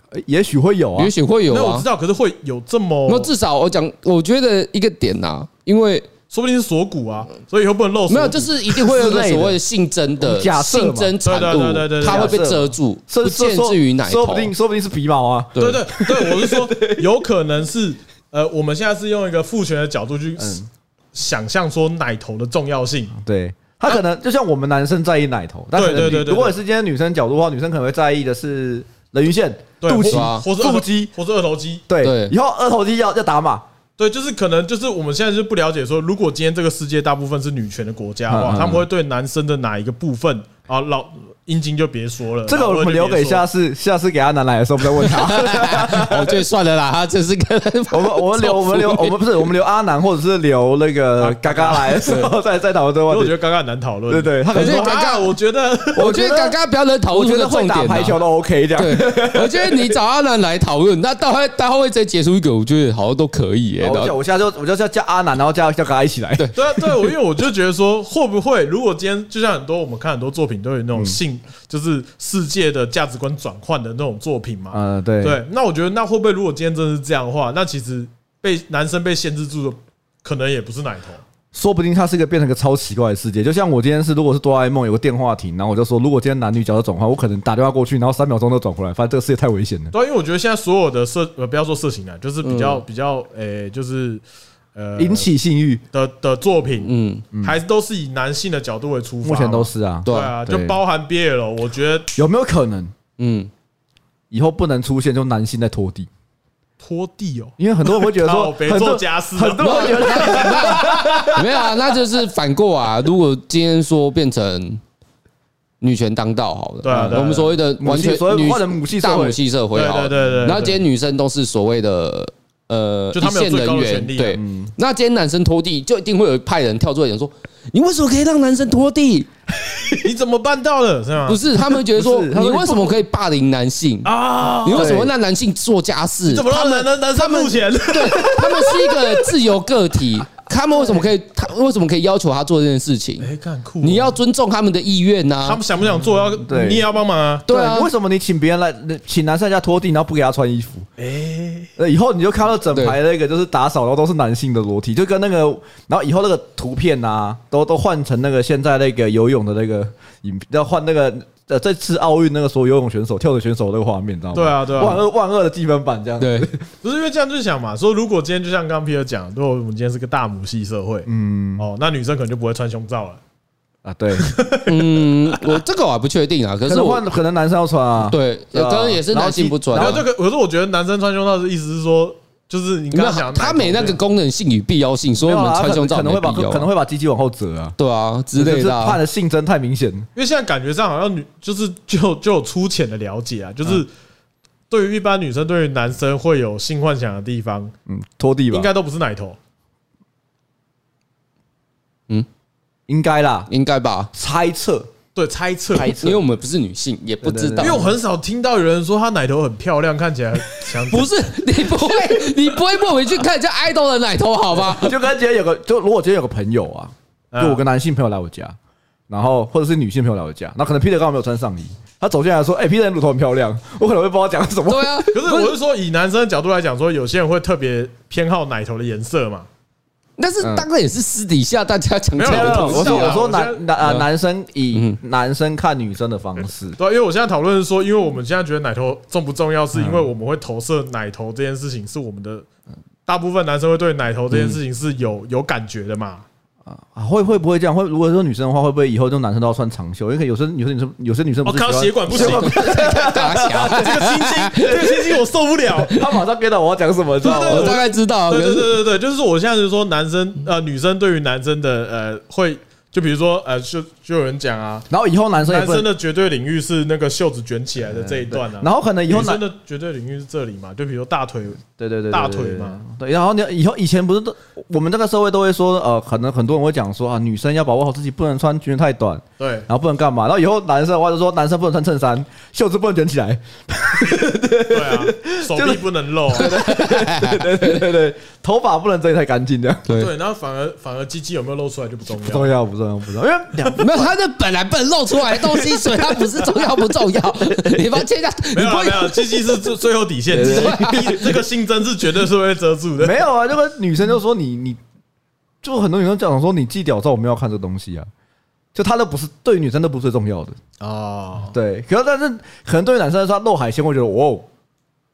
Speaker 2: 呃也许会有啊
Speaker 3: 也，许会有
Speaker 1: 那我
Speaker 3: 啊
Speaker 1: 知。道，可是会有这么
Speaker 3: 那，至少我讲，我觉得一个点呐、因为
Speaker 1: 说不定是锁骨啊，所以以后不能
Speaker 2: 哦
Speaker 1: 露锁骨。
Speaker 3: 没有，就是一定会有一个所谓的性征
Speaker 2: 我
Speaker 3: 的
Speaker 2: 们嗯假设嘛
Speaker 3: 性征产
Speaker 1: 对对对对
Speaker 3: 物，
Speaker 1: 对
Speaker 3: 它会被
Speaker 2: 假设
Speaker 3: 遮住，
Speaker 2: 说
Speaker 3: 不
Speaker 2: 说
Speaker 3: 限
Speaker 2: 说
Speaker 3: 制于奶头。
Speaker 2: 说不定说不定是鼻毛啊，
Speaker 1: 对对对，我是 说，有可能是呃，我们现在是用一个父权的角度去
Speaker 2: 嗯
Speaker 1: 想象说奶头的重要性。
Speaker 2: 对。他可能就像我们男生在意奶头，但可能
Speaker 1: 对对
Speaker 2: 女
Speaker 1: 对对对
Speaker 2: 如果是今天女生角度的话，女生可能会在意的是人鱼线、
Speaker 1: 对
Speaker 2: 肚
Speaker 3: 是
Speaker 2: 脐
Speaker 3: 啊、
Speaker 1: 或是二
Speaker 2: 腹
Speaker 1: 头
Speaker 2: 肌。
Speaker 1: 或是二头肌，
Speaker 2: 对
Speaker 3: 对，
Speaker 2: 以后二头肌要要打码，
Speaker 1: 对，就是可能就是我们现在就不了解说，如果今天这个世界大部分是女权的国家的
Speaker 2: 嗯嗯
Speaker 1: 话，
Speaker 2: 嗯
Speaker 1: 他们会对男生的哪一个部分啊，老阴茎就别说了，
Speaker 2: 这个
Speaker 1: 老二
Speaker 2: 我
Speaker 1: 就
Speaker 2: 们
Speaker 1: 别
Speaker 2: 留给
Speaker 1: 说
Speaker 2: 下次，下次给阿南来的时候我们再问 他。
Speaker 3: 我觉得哦算了啦，他这是个
Speaker 2: 我们我们留我们留我们不是我们留阿南或者是留那个
Speaker 1: 啊
Speaker 2: 嘎嘎来的时候再再讨论这个
Speaker 1: 因 为我
Speaker 2: 问
Speaker 1: 觉
Speaker 2: 题。
Speaker 1: 得刚刚很难讨论，
Speaker 2: 对对，他可能
Speaker 3: 可
Speaker 2: 说
Speaker 3: 是
Speaker 1: 我
Speaker 3: 刚
Speaker 1: 啊，
Speaker 3: 刚
Speaker 1: 我觉得
Speaker 3: 我觉得刚刚不要能讨
Speaker 2: 我
Speaker 3: 论
Speaker 2: 觉
Speaker 3: 这个
Speaker 2: 得会
Speaker 3: 重
Speaker 2: 打
Speaker 3: 点、
Speaker 2: 排球
Speaker 3: 啊。
Speaker 2: 都 OK 这样。
Speaker 3: 对，我觉得你找阿南来讨论，那到会到会再结束一个，我觉得好像都可以耶、
Speaker 2: 好
Speaker 3: 然
Speaker 2: 哦我
Speaker 3: 后
Speaker 2: 我下就我就叫叫阿南，然后叫叫嘎一起来。对，
Speaker 1: 对啊，对，我因为我就觉得说，会不会如果今天就像很多我们看很多作品都有那
Speaker 2: 嗯
Speaker 1: 种性，就是世界的价值观转换的那种作品嘛？
Speaker 2: 嗯，对，
Speaker 1: 对，那我觉得那会不会如果今天真的是这样的话，那其实被男生被限制住的，可能也不是奶头。
Speaker 2: 说不定它是一个变成一个超奇怪的世界。就像我今天是，如果是哆啦 A 梦有个电话亭，然后我就说，如果今天男女角色转换，我可能打电话过去，然后三秒钟就转回来，发现这个世界太危险了。
Speaker 1: 对啊，因为我觉得现在所有的色，呃，不要说色情啊，就是比
Speaker 2: 嗯
Speaker 1: 较比较，诶，就是呃，
Speaker 2: 引起性欲，
Speaker 1: 的的作品，
Speaker 3: 嗯，
Speaker 1: 还是都是以男性的角度为出发嘛，
Speaker 2: 目前都是啊。
Speaker 1: 对
Speaker 3: 对
Speaker 1: 啊，就
Speaker 2: 对
Speaker 1: 包含 BL，我觉得
Speaker 2: 有没有可能
Speaker 3: 嗯，
Speaker 2: 以后不能出现就男性在拖地？
Speaker 1: 拖地哦，
Speaker 2: 因为很多人会觉得
Speaker 1: 靠
Speaker 2: 说，
Speaker 1: 北
Speaker 2: 很
Speaker 1: 做
Speaker 2: 多
Speaker 1: 家事啊，
Speaker 2: 很多人觉得
Speaker 3: 没有啊，那就是反过啊。如果今天说变成女权当道好了，
Speaker 1: 对啊对啊
Speaker 3: 我们所谓的
Speaker 2: 母
Speaker 3: 完
Speaker 2: 系
Speaker 3: 全
Speaker 2: 所谓
Speaker 3: 女
Speaker 2: 换成母系社
Speaker 3: 大
Speaker 2: 会
Speaker 3: 母系社会
Speaker 1: 对
Speaker 3: 好了
Speaker 1: 对对，对，
Speaker 3: 然后今
Speaker 1: 对
Speaker 3: 天女生都是所谓的呃
Speaker 1: 就他们有
Speaker 3: 一线
Speaker 1: 最高的
Speaker 3: 人员
Speaker 1: 权利啊
Speaker 3: 对。那今天男生拖地，就一定会有一派人跳出来讲说：“你为什么可以让男生拖地？”
Speaker 1: 你怎么办到的？是吗？
Speaker 3: 不是，他们觉得说
Speaker 2: 不是他
Speaker 3: 你
Speaker 2: 说
Speaker 3: 为什么可以霸凌男性？
Speaker 1: 啊，
Speaker 3: 你为什么让男性做家事？
Speaker 1: 怎么
Speaker 3: 他
Speaker 1: 让
Speaker 3: 们
Speaker 1: 男男男生付钱？
Speaker 3: 他们是一个自由个体，他们为什么可以？他为什么可以要求他做这件事情？
Speaker 1: 哎，看酷哦，
Speaker 3: 你要尊重他们的意愿啊
Speaker 1: 他
Speaker 3: 呐
Speaker 1: 们。想不想做要
Speaker 2: 对
Speaker 1: 你也要帮忙啊。
Speaker 3: 对啊
Speaker 2: 为，什么你请别人来，请男生在家拖地，然后不给他穿衣服？
Speaker 1: 哎，
Speaker 2: 呃，以后你就看到整排那个就是打扫，然后都是男性的裸体，就跟那个，然后以后那个图片啊，都都换成那个现在那个游泳的那个影，要换那个呃这次奥运那个所有游泳选手、跳水选手那个画面，你知道吗？
Speaker 1: 对啊对啊
Speaker 2: 万恶万恶的基本版这样。，
Speaker 3: 对，
Speaker 1: 不是因为这样就想嘛，说如果今天就像刚刚皮尔讲，如果我们今天是个大母系社会，
Speaker 2: 嗯
Speaker 1: 哦，那女生可能就不会穿胸罩了。
Speaker 2: 啊对，
Speaker 3: 嗯，我这个我还不确定啊，可
Speaker 2: 可
Speaker 3: 是
Speaker 2: 是
Speaker 3: 我
Speaker 2: 换可能男生要穿啊。
Speaker 3: 对，
Speaker 2: 对啊
Speaker 3: 当然也是男性不穿
Speaker 1: 然
Speaker 3: 啊，
Speaker 1: 后这个，可是我觉得男生穿胸罩的意思是说，就是你
Speaker 3: 没
Speaker 1: 刚
Speaker 3: 有
Speaker 1: 刚讲的
Speaker 3: 他没那个
Speaker 1: 对
Speaker 3: 功能性与必要性，所以
Speaker 2: 没有
Speaker 3: 我们
Speaker 2: 啊
Speaker 3: 穿胸罩
Speaker 2: 可能
Speaker 3: 没
Speaker 2: 会把
Speaker 3: 必要
Speaker 2: 可能
Speaker 3: 啊，
Speaker 2: 会把鸡鸡往后折啊
Speaker 3: 对啊之类
Speaker 2: 就是
Speaker 3: 的
Speaker 2: 怕
Speaker 3: 啊。
Speaker 2: 的性征太明显。
Speaker 1: 因为现在感觉上好像女就是就就有粗浅的了解啊，
Speaker 3: 嗯
Speaker 1: 就是对于一般女生对于男生会有性幻想的地方，
Speaker 2: 嗯，拖地吧，
Speaker 1: 应该都不是奶头，
Speaker 2: 应该啦，
Speaker 3: 应该吧，
Speaker 2: 猜测
Speaker 1: 对，猜测。
Speaker 2: 猜
Speaker 3: 因
Speaker 2: 测
Speaker 3: 为。我们不是女性，也不
Speaker 2: 对
Speaker 3: 知
Speaker 2: 对
Speaker 3: 道
Speaker 1: 因为。我很少听到有人说她奶头很漂亮，看起来很强。
Speaker 3: 不是你 不会，你不会莫名去看人家爱豆的奶头好吧？
Speaker 2: 就跟今天有个，就如果今天有个朋友啊，
Speaker 1: 嗯
Speaker 2: 就我跟男性朋友来我家，然后或者是女性朋友来我家，那可能 Peter 刚好没有穿上衣，他走进来说：“哎，Peter 你乳头很漂亮。” 我可能会不知道讲什么。
Speaker 3: 对啊，
Speaker 1: 可是我是说，以男生的角度来讲，说有些人会特别偏好奶头的颜色嘛。
Speaker 2: 嗯
Speaker 3: 但是当然也是私底下大家强调
Speaker 1: 没有
Speaker 3: 的
Speaker 1: 没有
Speaker 3: 东 西
Speaker 2: 我
Speaker 3: 啊。
Speaker 1: 知道
Speaker 2: 说
Speaker 1: 啦我觉
Speaker 2: 我说
Speaker 1: 得
Speaker 2: 男男啊
Speaker 3: 嗯
Speaker 2: 男生以男生看女生的方式，
Speaker 1: 对啊、因为我现在讨论是说，因为我们现在觉得奶头重不重
Speaker 2: 嗯
Speaker 1: 要，是因为我们会投射奶头这件事情是我们的，大部分男生会对奶头这件事情
Speaker 2: 嗯
Speaker 1: 是有有感觉的嘛。
Speaker 2: 啊，会会不会这样？会如果说女生的话，会不会以后就男生都要穿长袖？因为有些有些女生有些女生
Speaker 1: 我
Speaker 2: 不是
Speaker 1: 靠，
Speaker 2: 喜
Speaker 1: 哦血
Speaker 2: 欢，
Speaker 1: 管不行， 啊
Speaker 3: 大侠，
Speaker 1: 这个心经，这个心经我受不了。
Speaker 2: 她马上 get 到我要讲什么，知道
Speaker 3: 我
Speaker 2: 吗？
Speaker 3: 大概知
Speaker 2: 哦
Speaker 3: 道，可
Speaker 1: 对对
Speaker 3: 是
Speaker 1: 对对对，就是我现在是说男生呃女生对于男生的呃会，就比如说呃就就有人讲啊，
Speaker 2: 然后以后男生也
Speaker 1: 男
Speaker 2: 不
Speaker 1: 生
Speaker 2: 能，
Speaker 1: 的绝对领域是那个袖子卷起来的这一段啊，
Speaker 2: 呃然后可能以后
Speaker 1: 女
Speaker 2: 男
Speaker 1: 生的绝对领域是这里嘛，就比如大腿，
Speaker 2: 对对对，对
Speaker 1: 大腿嘛。
Speaker 2: 对对，然后你以后以前不是都我们这个社会都会说，呃，可能很多人会讲说啊，女生要把握好自己，不能穿裙子太短，
Speaker 1: 对，
Speaker 2: 然后不能干嘛。然后以后男生的话就说，男生不能穿衬衫，袖子不能卷起来，
Speaker 1: 对啊，手臂不能露啊、
Speaker 2: 对对对对，头发不能整理太干净，这样
Speaker 3: 对，
Speaker 1: 对，然后反而反而鸡鸡有没有露出来就不重
Speaker 2: 不
Speaker 1: 要
Speaker 2: 重。要不重要不重要，因为两
Speaker 3: 没有，他那本来不能露出来的东西，所以它不是重要不重要。 你发现一下，
Speaker 1: 没
Speaker 3: 你
Speaker 1: 有
Speaker 3: 不
Speaker 1: 啦没
Speaker 3: 会
Speaker 1: 有，鸡鸡是最最后底 线，鸡鸡这个性征是绝对是会遮住的。
Speaker 2: 没有啊，那个女生就说你你，就很多女生讲说你寄屌照，我们要看这东西啊。就她都不是对于女生都不是最重要的，
Speaker 1: 哦，
Speaker 2: 对。可是但是可能对于男生来说，他露海鲜会觉得哇哦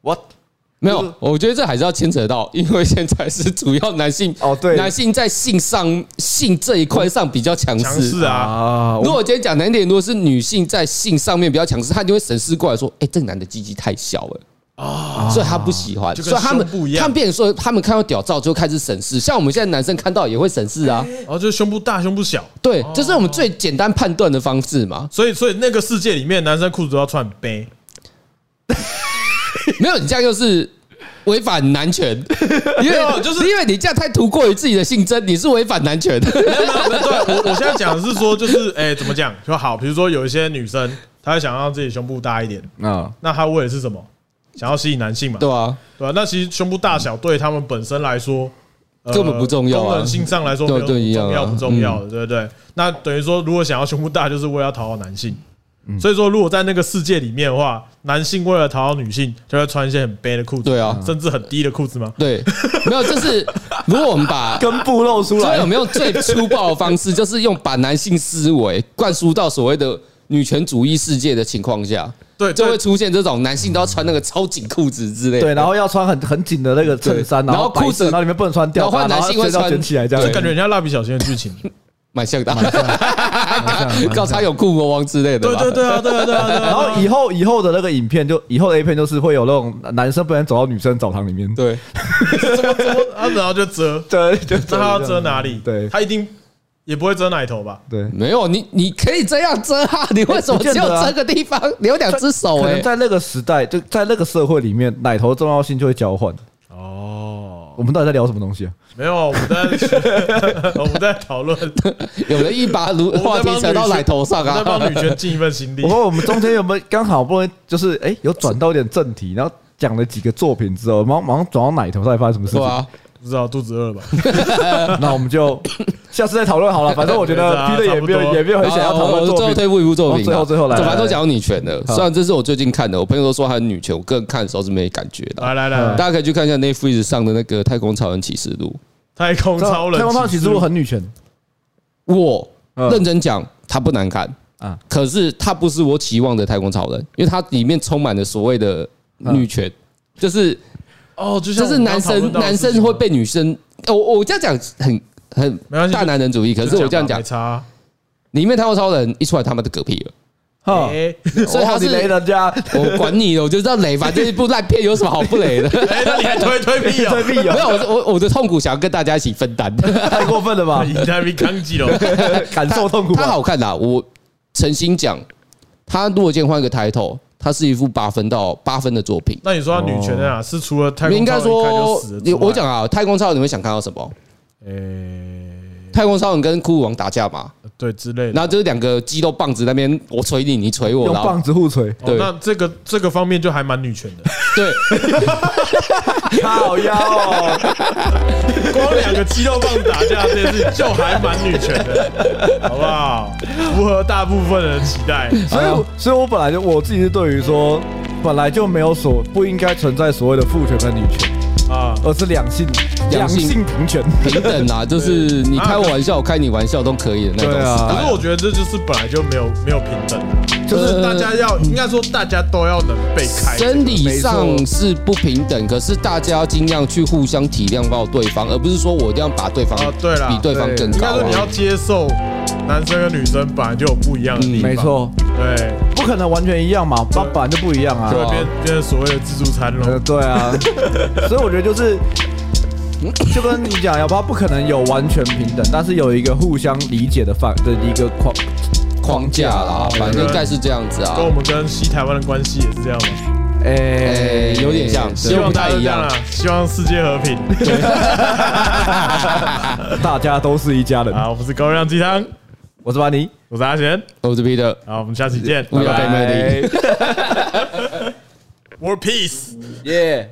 Speaker 2: ，what
Speaker 3: 没有，我觉得这还是要牵扯到，因为现在是主要男性
Speaker 2: 哦对
Speaker 3: 男性在性上性这一块上比较强
Speaker 1: 强势
Speaker 3: 势。
Speaker 1: 啊，
Speaker 2: 啊
Speaker 3: 如果我今天讲难点，如果是女性在性上面比较强势，她就会审视过来说：“哎，这个男的鸡鸡太小了。”啊，所以她不喜欢，
Speaker 1: 就跟
Speaker 3: 所以他们
Speaker 1: 胸部一样
Speaker 3: 他们变成说，他们看到屌照就开始审视，像我们现在男生看到也会审视啊，
Speaker 1: 然后就是胸部大，胸部小。
Speaker 3: 对，这是我们最简单判断的方式嘛。
Speaker 1: 所以，所以那个世界里面，男生裤子都要穿很背，
Speaker 3: 没有，你这样就是违反男权，因
Speaker 1: 没
Speaker 3: 为
Speaker 1: 有就是
Speaker 3: 因为你这样太图过于自己的性征，你是违反男权。
Speaker 1: 没有没有对我我现在讲的是说，就是哎、怎么讲就好。比如说有一些女生，她会想让自己胸部大一点，
Speaker 2: 啊，
Speaker 1: 那她为的是什么？想要吸引男性嘛，
Speaker 3: 对啊，
Speaker 1: 对吧、那其实胸部大小对他们本身来说、呃
Speaker 3: 根本不重要啊
Speaker 1: 功能性上来说没
Speaker 3: 对
Speaker 1: 有
Speaker 3: 对一样
Speaker 1: 重要
Speaker 3: 啊
Speaker 1: 不重要的，对不对？那等于说，如果想要胸部大，就是为了要讨好男性。
Speaker 3: 嗯
Speaker 1: 所以说，如果在那个世界里面的话，男性为了讨好女性，就会穿一些很 b 的裤子，
Speaker 3: 对啊
Speaker 1: 甚至很低的裤子吗？
Speaker 3: 对，没有，就是如果我们 把。
Speaker 2: 根部露出
Speaker 3: 所以
Speaker 2: 来
Speaker 3: 有，没有最粗暴的方式，就是用把男性思维灌输到所谓的女权主义世界的情况下，
Speaker 1: 对，
Speaker 3: 就
Speaker 1: 对
Speaker 3: 会出现这种男性都要穿那个超紧裤子之类的。
Speaker 2: 对，然后要穿很很紧的那个衬衫，
Speaker 3: 对
Speaker 2: 然后
Speaker 3: 然后裤
Speaker 2: 白色
Speaker 3: 子
Speaker 2: 然后里面不能穿吊带，然
Speaker 3: 然后男
Speaker 2: 后
Speaker 3: 性会
Speaker 2: 全都要
Speaker 3: 穿
Speaker 2: 卷起来这
Speaker 1: 就
Speaker 2: 样
Speaker 1: 感觉人家蜡笔小新的剧 情。
Speaker 3: 蛮像的，搞叉泳裤魔王之类的
Speaker 1: 对
Speaker 3: 吧。
Speaker 1: 对对啊，对啊对啊对啊。
Speaker 2: 然后以后以后的那个影片，就以后的 A 片就是会有那种男生不能走到女生澡堂里面，
Speaker 3: 对，
Speaker 1: 啊，然后就 遮，
Speaker 2: 对，就
Speaker 1: 那他要遮哪里？
Speaker 2: 对
Speaker 1: 他一定也不会遮奶头吧？
Speaker 2: 对。
Speaker 3: 没有你，你可以这样遮啊！你为什么
Speaker 2: 不
Speaker 3: 只
Speaker 2: 见
Speaker 3: 有
Speaker 2: 得啊
Speaker 3: 这个地方？你有两只手
Speaker 2: 可
Speaker 3: 哎、
Speaker 2: 能在那个时代，就在那个社会里面，奶头的重要性就会交换。
Speaker 1: 哦，
Speaker 2: 我们到底在聊什么东西啊？
Speaker 1: 没有，我们在 我们在讨论，
Speaker 3: 有人一把如
Speaker 1: 我
Speaker 3: 话
Speaker 1: 们在帮
Speaker 3: 题
Speaker 1: 女
Speaker 3: 扯到
Speaker 1: 权
Speaker 3: 奶头上
Speaker 1: 我们在帮女
Speaker 3: 啊！
Speaker 1: 权尽一份心力
Speaker 2: 我。说我们中间有没有刚好不容易就是哎、有转到一点正题，然后讲了几个作品之后，马上马上转到奶头，到底发生什么事
Speaker 3: 对
Speaker 2: 情？
Speaker 3: 啊，
Speaker 1: 不知道肚子饿了吧？
Speaker 2: 那我们就下次再讨论好了。反正我觉得 P
Speaker 1: 对
Speaker 2: 的
Speaker 1: 啊差
Speaker 2: 也没
Speaker 1: 不多
Speaker 2: 有也没有很想要讨
Speaker 3: 好
Speaker 2: 论
Speaker 3: 我最
Speaker 2: 作
Speaker 3: 后
Speaker 2: 品。
Speaker 3: 推步一部作品啊，
Speaker 2: 哦最后最后来
Speaker 3: 反
Speaker 2: 来
Speaker 3: 正都
Speaker 2: 来
Speaker 3: 讲到女权的。虽然这是我最近看的，我朋友都说他很女权，我个人看的时候是没感觉的
Speaker 1: 来
Speaker 3: 啊。
Speaker 1: 来来，
Speaker 3: 大
Speaker 1: 来
Speaker 3: 家可以去看一下 Netflix 上的那个《太空超人启示录
Speaker 1: 太空超人，
Speaker 2: 太空超人其实我很女权，》，
Speaker 3: 我
Speaker 2: 嗯
Speaker 3: 认真讲，它不难看。
Speaker 2: 啊
Speaker 3: 可是它不是我期望的太空超人，因为它里面充满了所谓的女权，就是
Speaker 1: 哦，就像
Speaker 3: 就是
Speaker 1: 我们刚
Speaker 3: 男
Speaker 1: 讨论
Speaker 3: 生
Speaker 1: 到的
Speaker 3: 男
Speaker 1: 事情
Speaker 3: 生会被女生，哦我我这样讲很很
Speaker 1: 没关系
Speaker 3: 大男人主义，可是我这样
Speaker 1: 吧
Speaker 3: 讲
Speaker 1: 没，差，
Speaker 3: 里面太空超人一出来他们的嗝屁了。
Speaker 2: 哈，
Speaker 1: 哎，
Speaker 3: 所以他
Speaker 2: 哇
Speaker 3: 是
Speaker 2: 你雷人家，
Speaker 3: 我管你了，我就知道雷，反正一部烂片有什么好不 雷的？
Speaker 1: 哎那你还推推屁
Speaker 2: 这
Speaker 1: 哦，
Speaker 2: 必有
Speaker 3: 没有，我我我的痛苦想要跟大家一起分 担。
Speaker 2: 啊太过分了吧？
Speaker 1: 你太没抗击了，
Speaker 2: 感受痛苦吧，
Speaker 3: 它好看的、啊我诚心讲，它如果今天换一个 title，它是一幅八分到八分的作品。
Speaker 1: 那你说他女权在哪？是除了太空
Speaker 3: 应该
Speaker 1: 超人一看
Speaker 3: 说
Speaker 1: 就死了，
Speaker 3: 你
Speaker 1: 之外
Speaker 3: 我，讲啊，太空超人你会想看到什么？
Speaker 1: 哎，
Speaker 3: 太空超人跟骷髅王打架嘛，
Speaker 1: 对之类的。
Speaker 3: 然后就是两个肌肉棒子那边，我捶你，你捶我，
Speaker 2: 用
Speaker 3: 然后
Speaker 2: 棒子互锤，
Speaker 1: 哦
Speaker 3: 对
Speaker 1: 那这个这个方面就还蛮女权的，
Speaker 3: 对，
Speaker 2: 靠腰哦，
Speaker 1: 光两个肌肉棒打架这件事就还蛮女权的，好不好？符合大部分人的期待。
Speaker 2: 所以我，所以我本来就我自己是对于说，本来就没有所不应该存在所谓的父权跟女权，
Speaker 1: 啊，
Speaker 2: 而是两性
Speaker 3: 两
Speaker 2: 两
Speaker 3: 性
Speaker 2: 性平权。
Speaker 3: 平等啊，就是你开我玩笑，我开你玩笑都可以的那种时
Speaker 2: 对啊
Speaker 1: 可是
Speaker 3: 代。
Speaker 1: 我觉得这就是本来就没有没有平等的，就
Speaker 3: 就是
Speaker 1: 是大家要应该说大家都要能被开解。
Speaker 3: 生理
Speaker 2: 没
Speaker 3: 上
Speaker 2: 错
Speaker 3: 是不平等，可是大家要尽量去互相体谅到对方，而不是说我一定要把对方
Speaker 1: 啊对啦
Speaker 3: 比对方更
Speaker 1: 应
Speaker 3: 高
Speaker 1: 该
Speaker 3: 啊。
Speaker 1: 说你要接受男生跟女生本来就有不一样的地方，
Speaker 2: 嗯没，错，
Speaker 1: 对，
Speaker 2: 不可能完全一样嘛，那本来就不一样啊
Speaker 1: 就。会变变成所谓的自助餐
Speaker 2: 呃，
Speaker 1: 了。
Speaker 2: 对啊，所以我觉得就是，就跟你讲，要不然不可能有完全平等，但是有一个互相理解的范的一个框。
Speaker 3: 框架啦，
Speaker 2: 对
Speaker 3: 反正大概是这样子啊
Speaker 1: 跟。我们跟西台湾的关系也是这样嘛，
Speaker 2: 诶、
Speaker 3: 诶有点像
Speaker 1: 希
Speaker 3: 对
Speaker 1: 望
Speaker 3: 不
Speaker 1: 大
Speaker 3: 太
Speaker 1: 家都
Speaker 3: 一
Speaker 1: 这
Speaker 3: 样
Speaker 1: 样啊，希望世界和平
Speaker 2: 大家都是一家人。
Speaker 1: 啊！我们是高热量鸡汤，
Speaker 2: 我是巴尼，
Speaker 1: 我是阿贤，
Speaker 3: 我这边的
Speaker 1: 好，我们下期见，
Speaker 3: We
Speaker 1: 拜
Speaker 3: are
Speaker 1: 拜
Speaker 3: family。
Speaker 1: ，World Peace。
Speaker 2: 耶。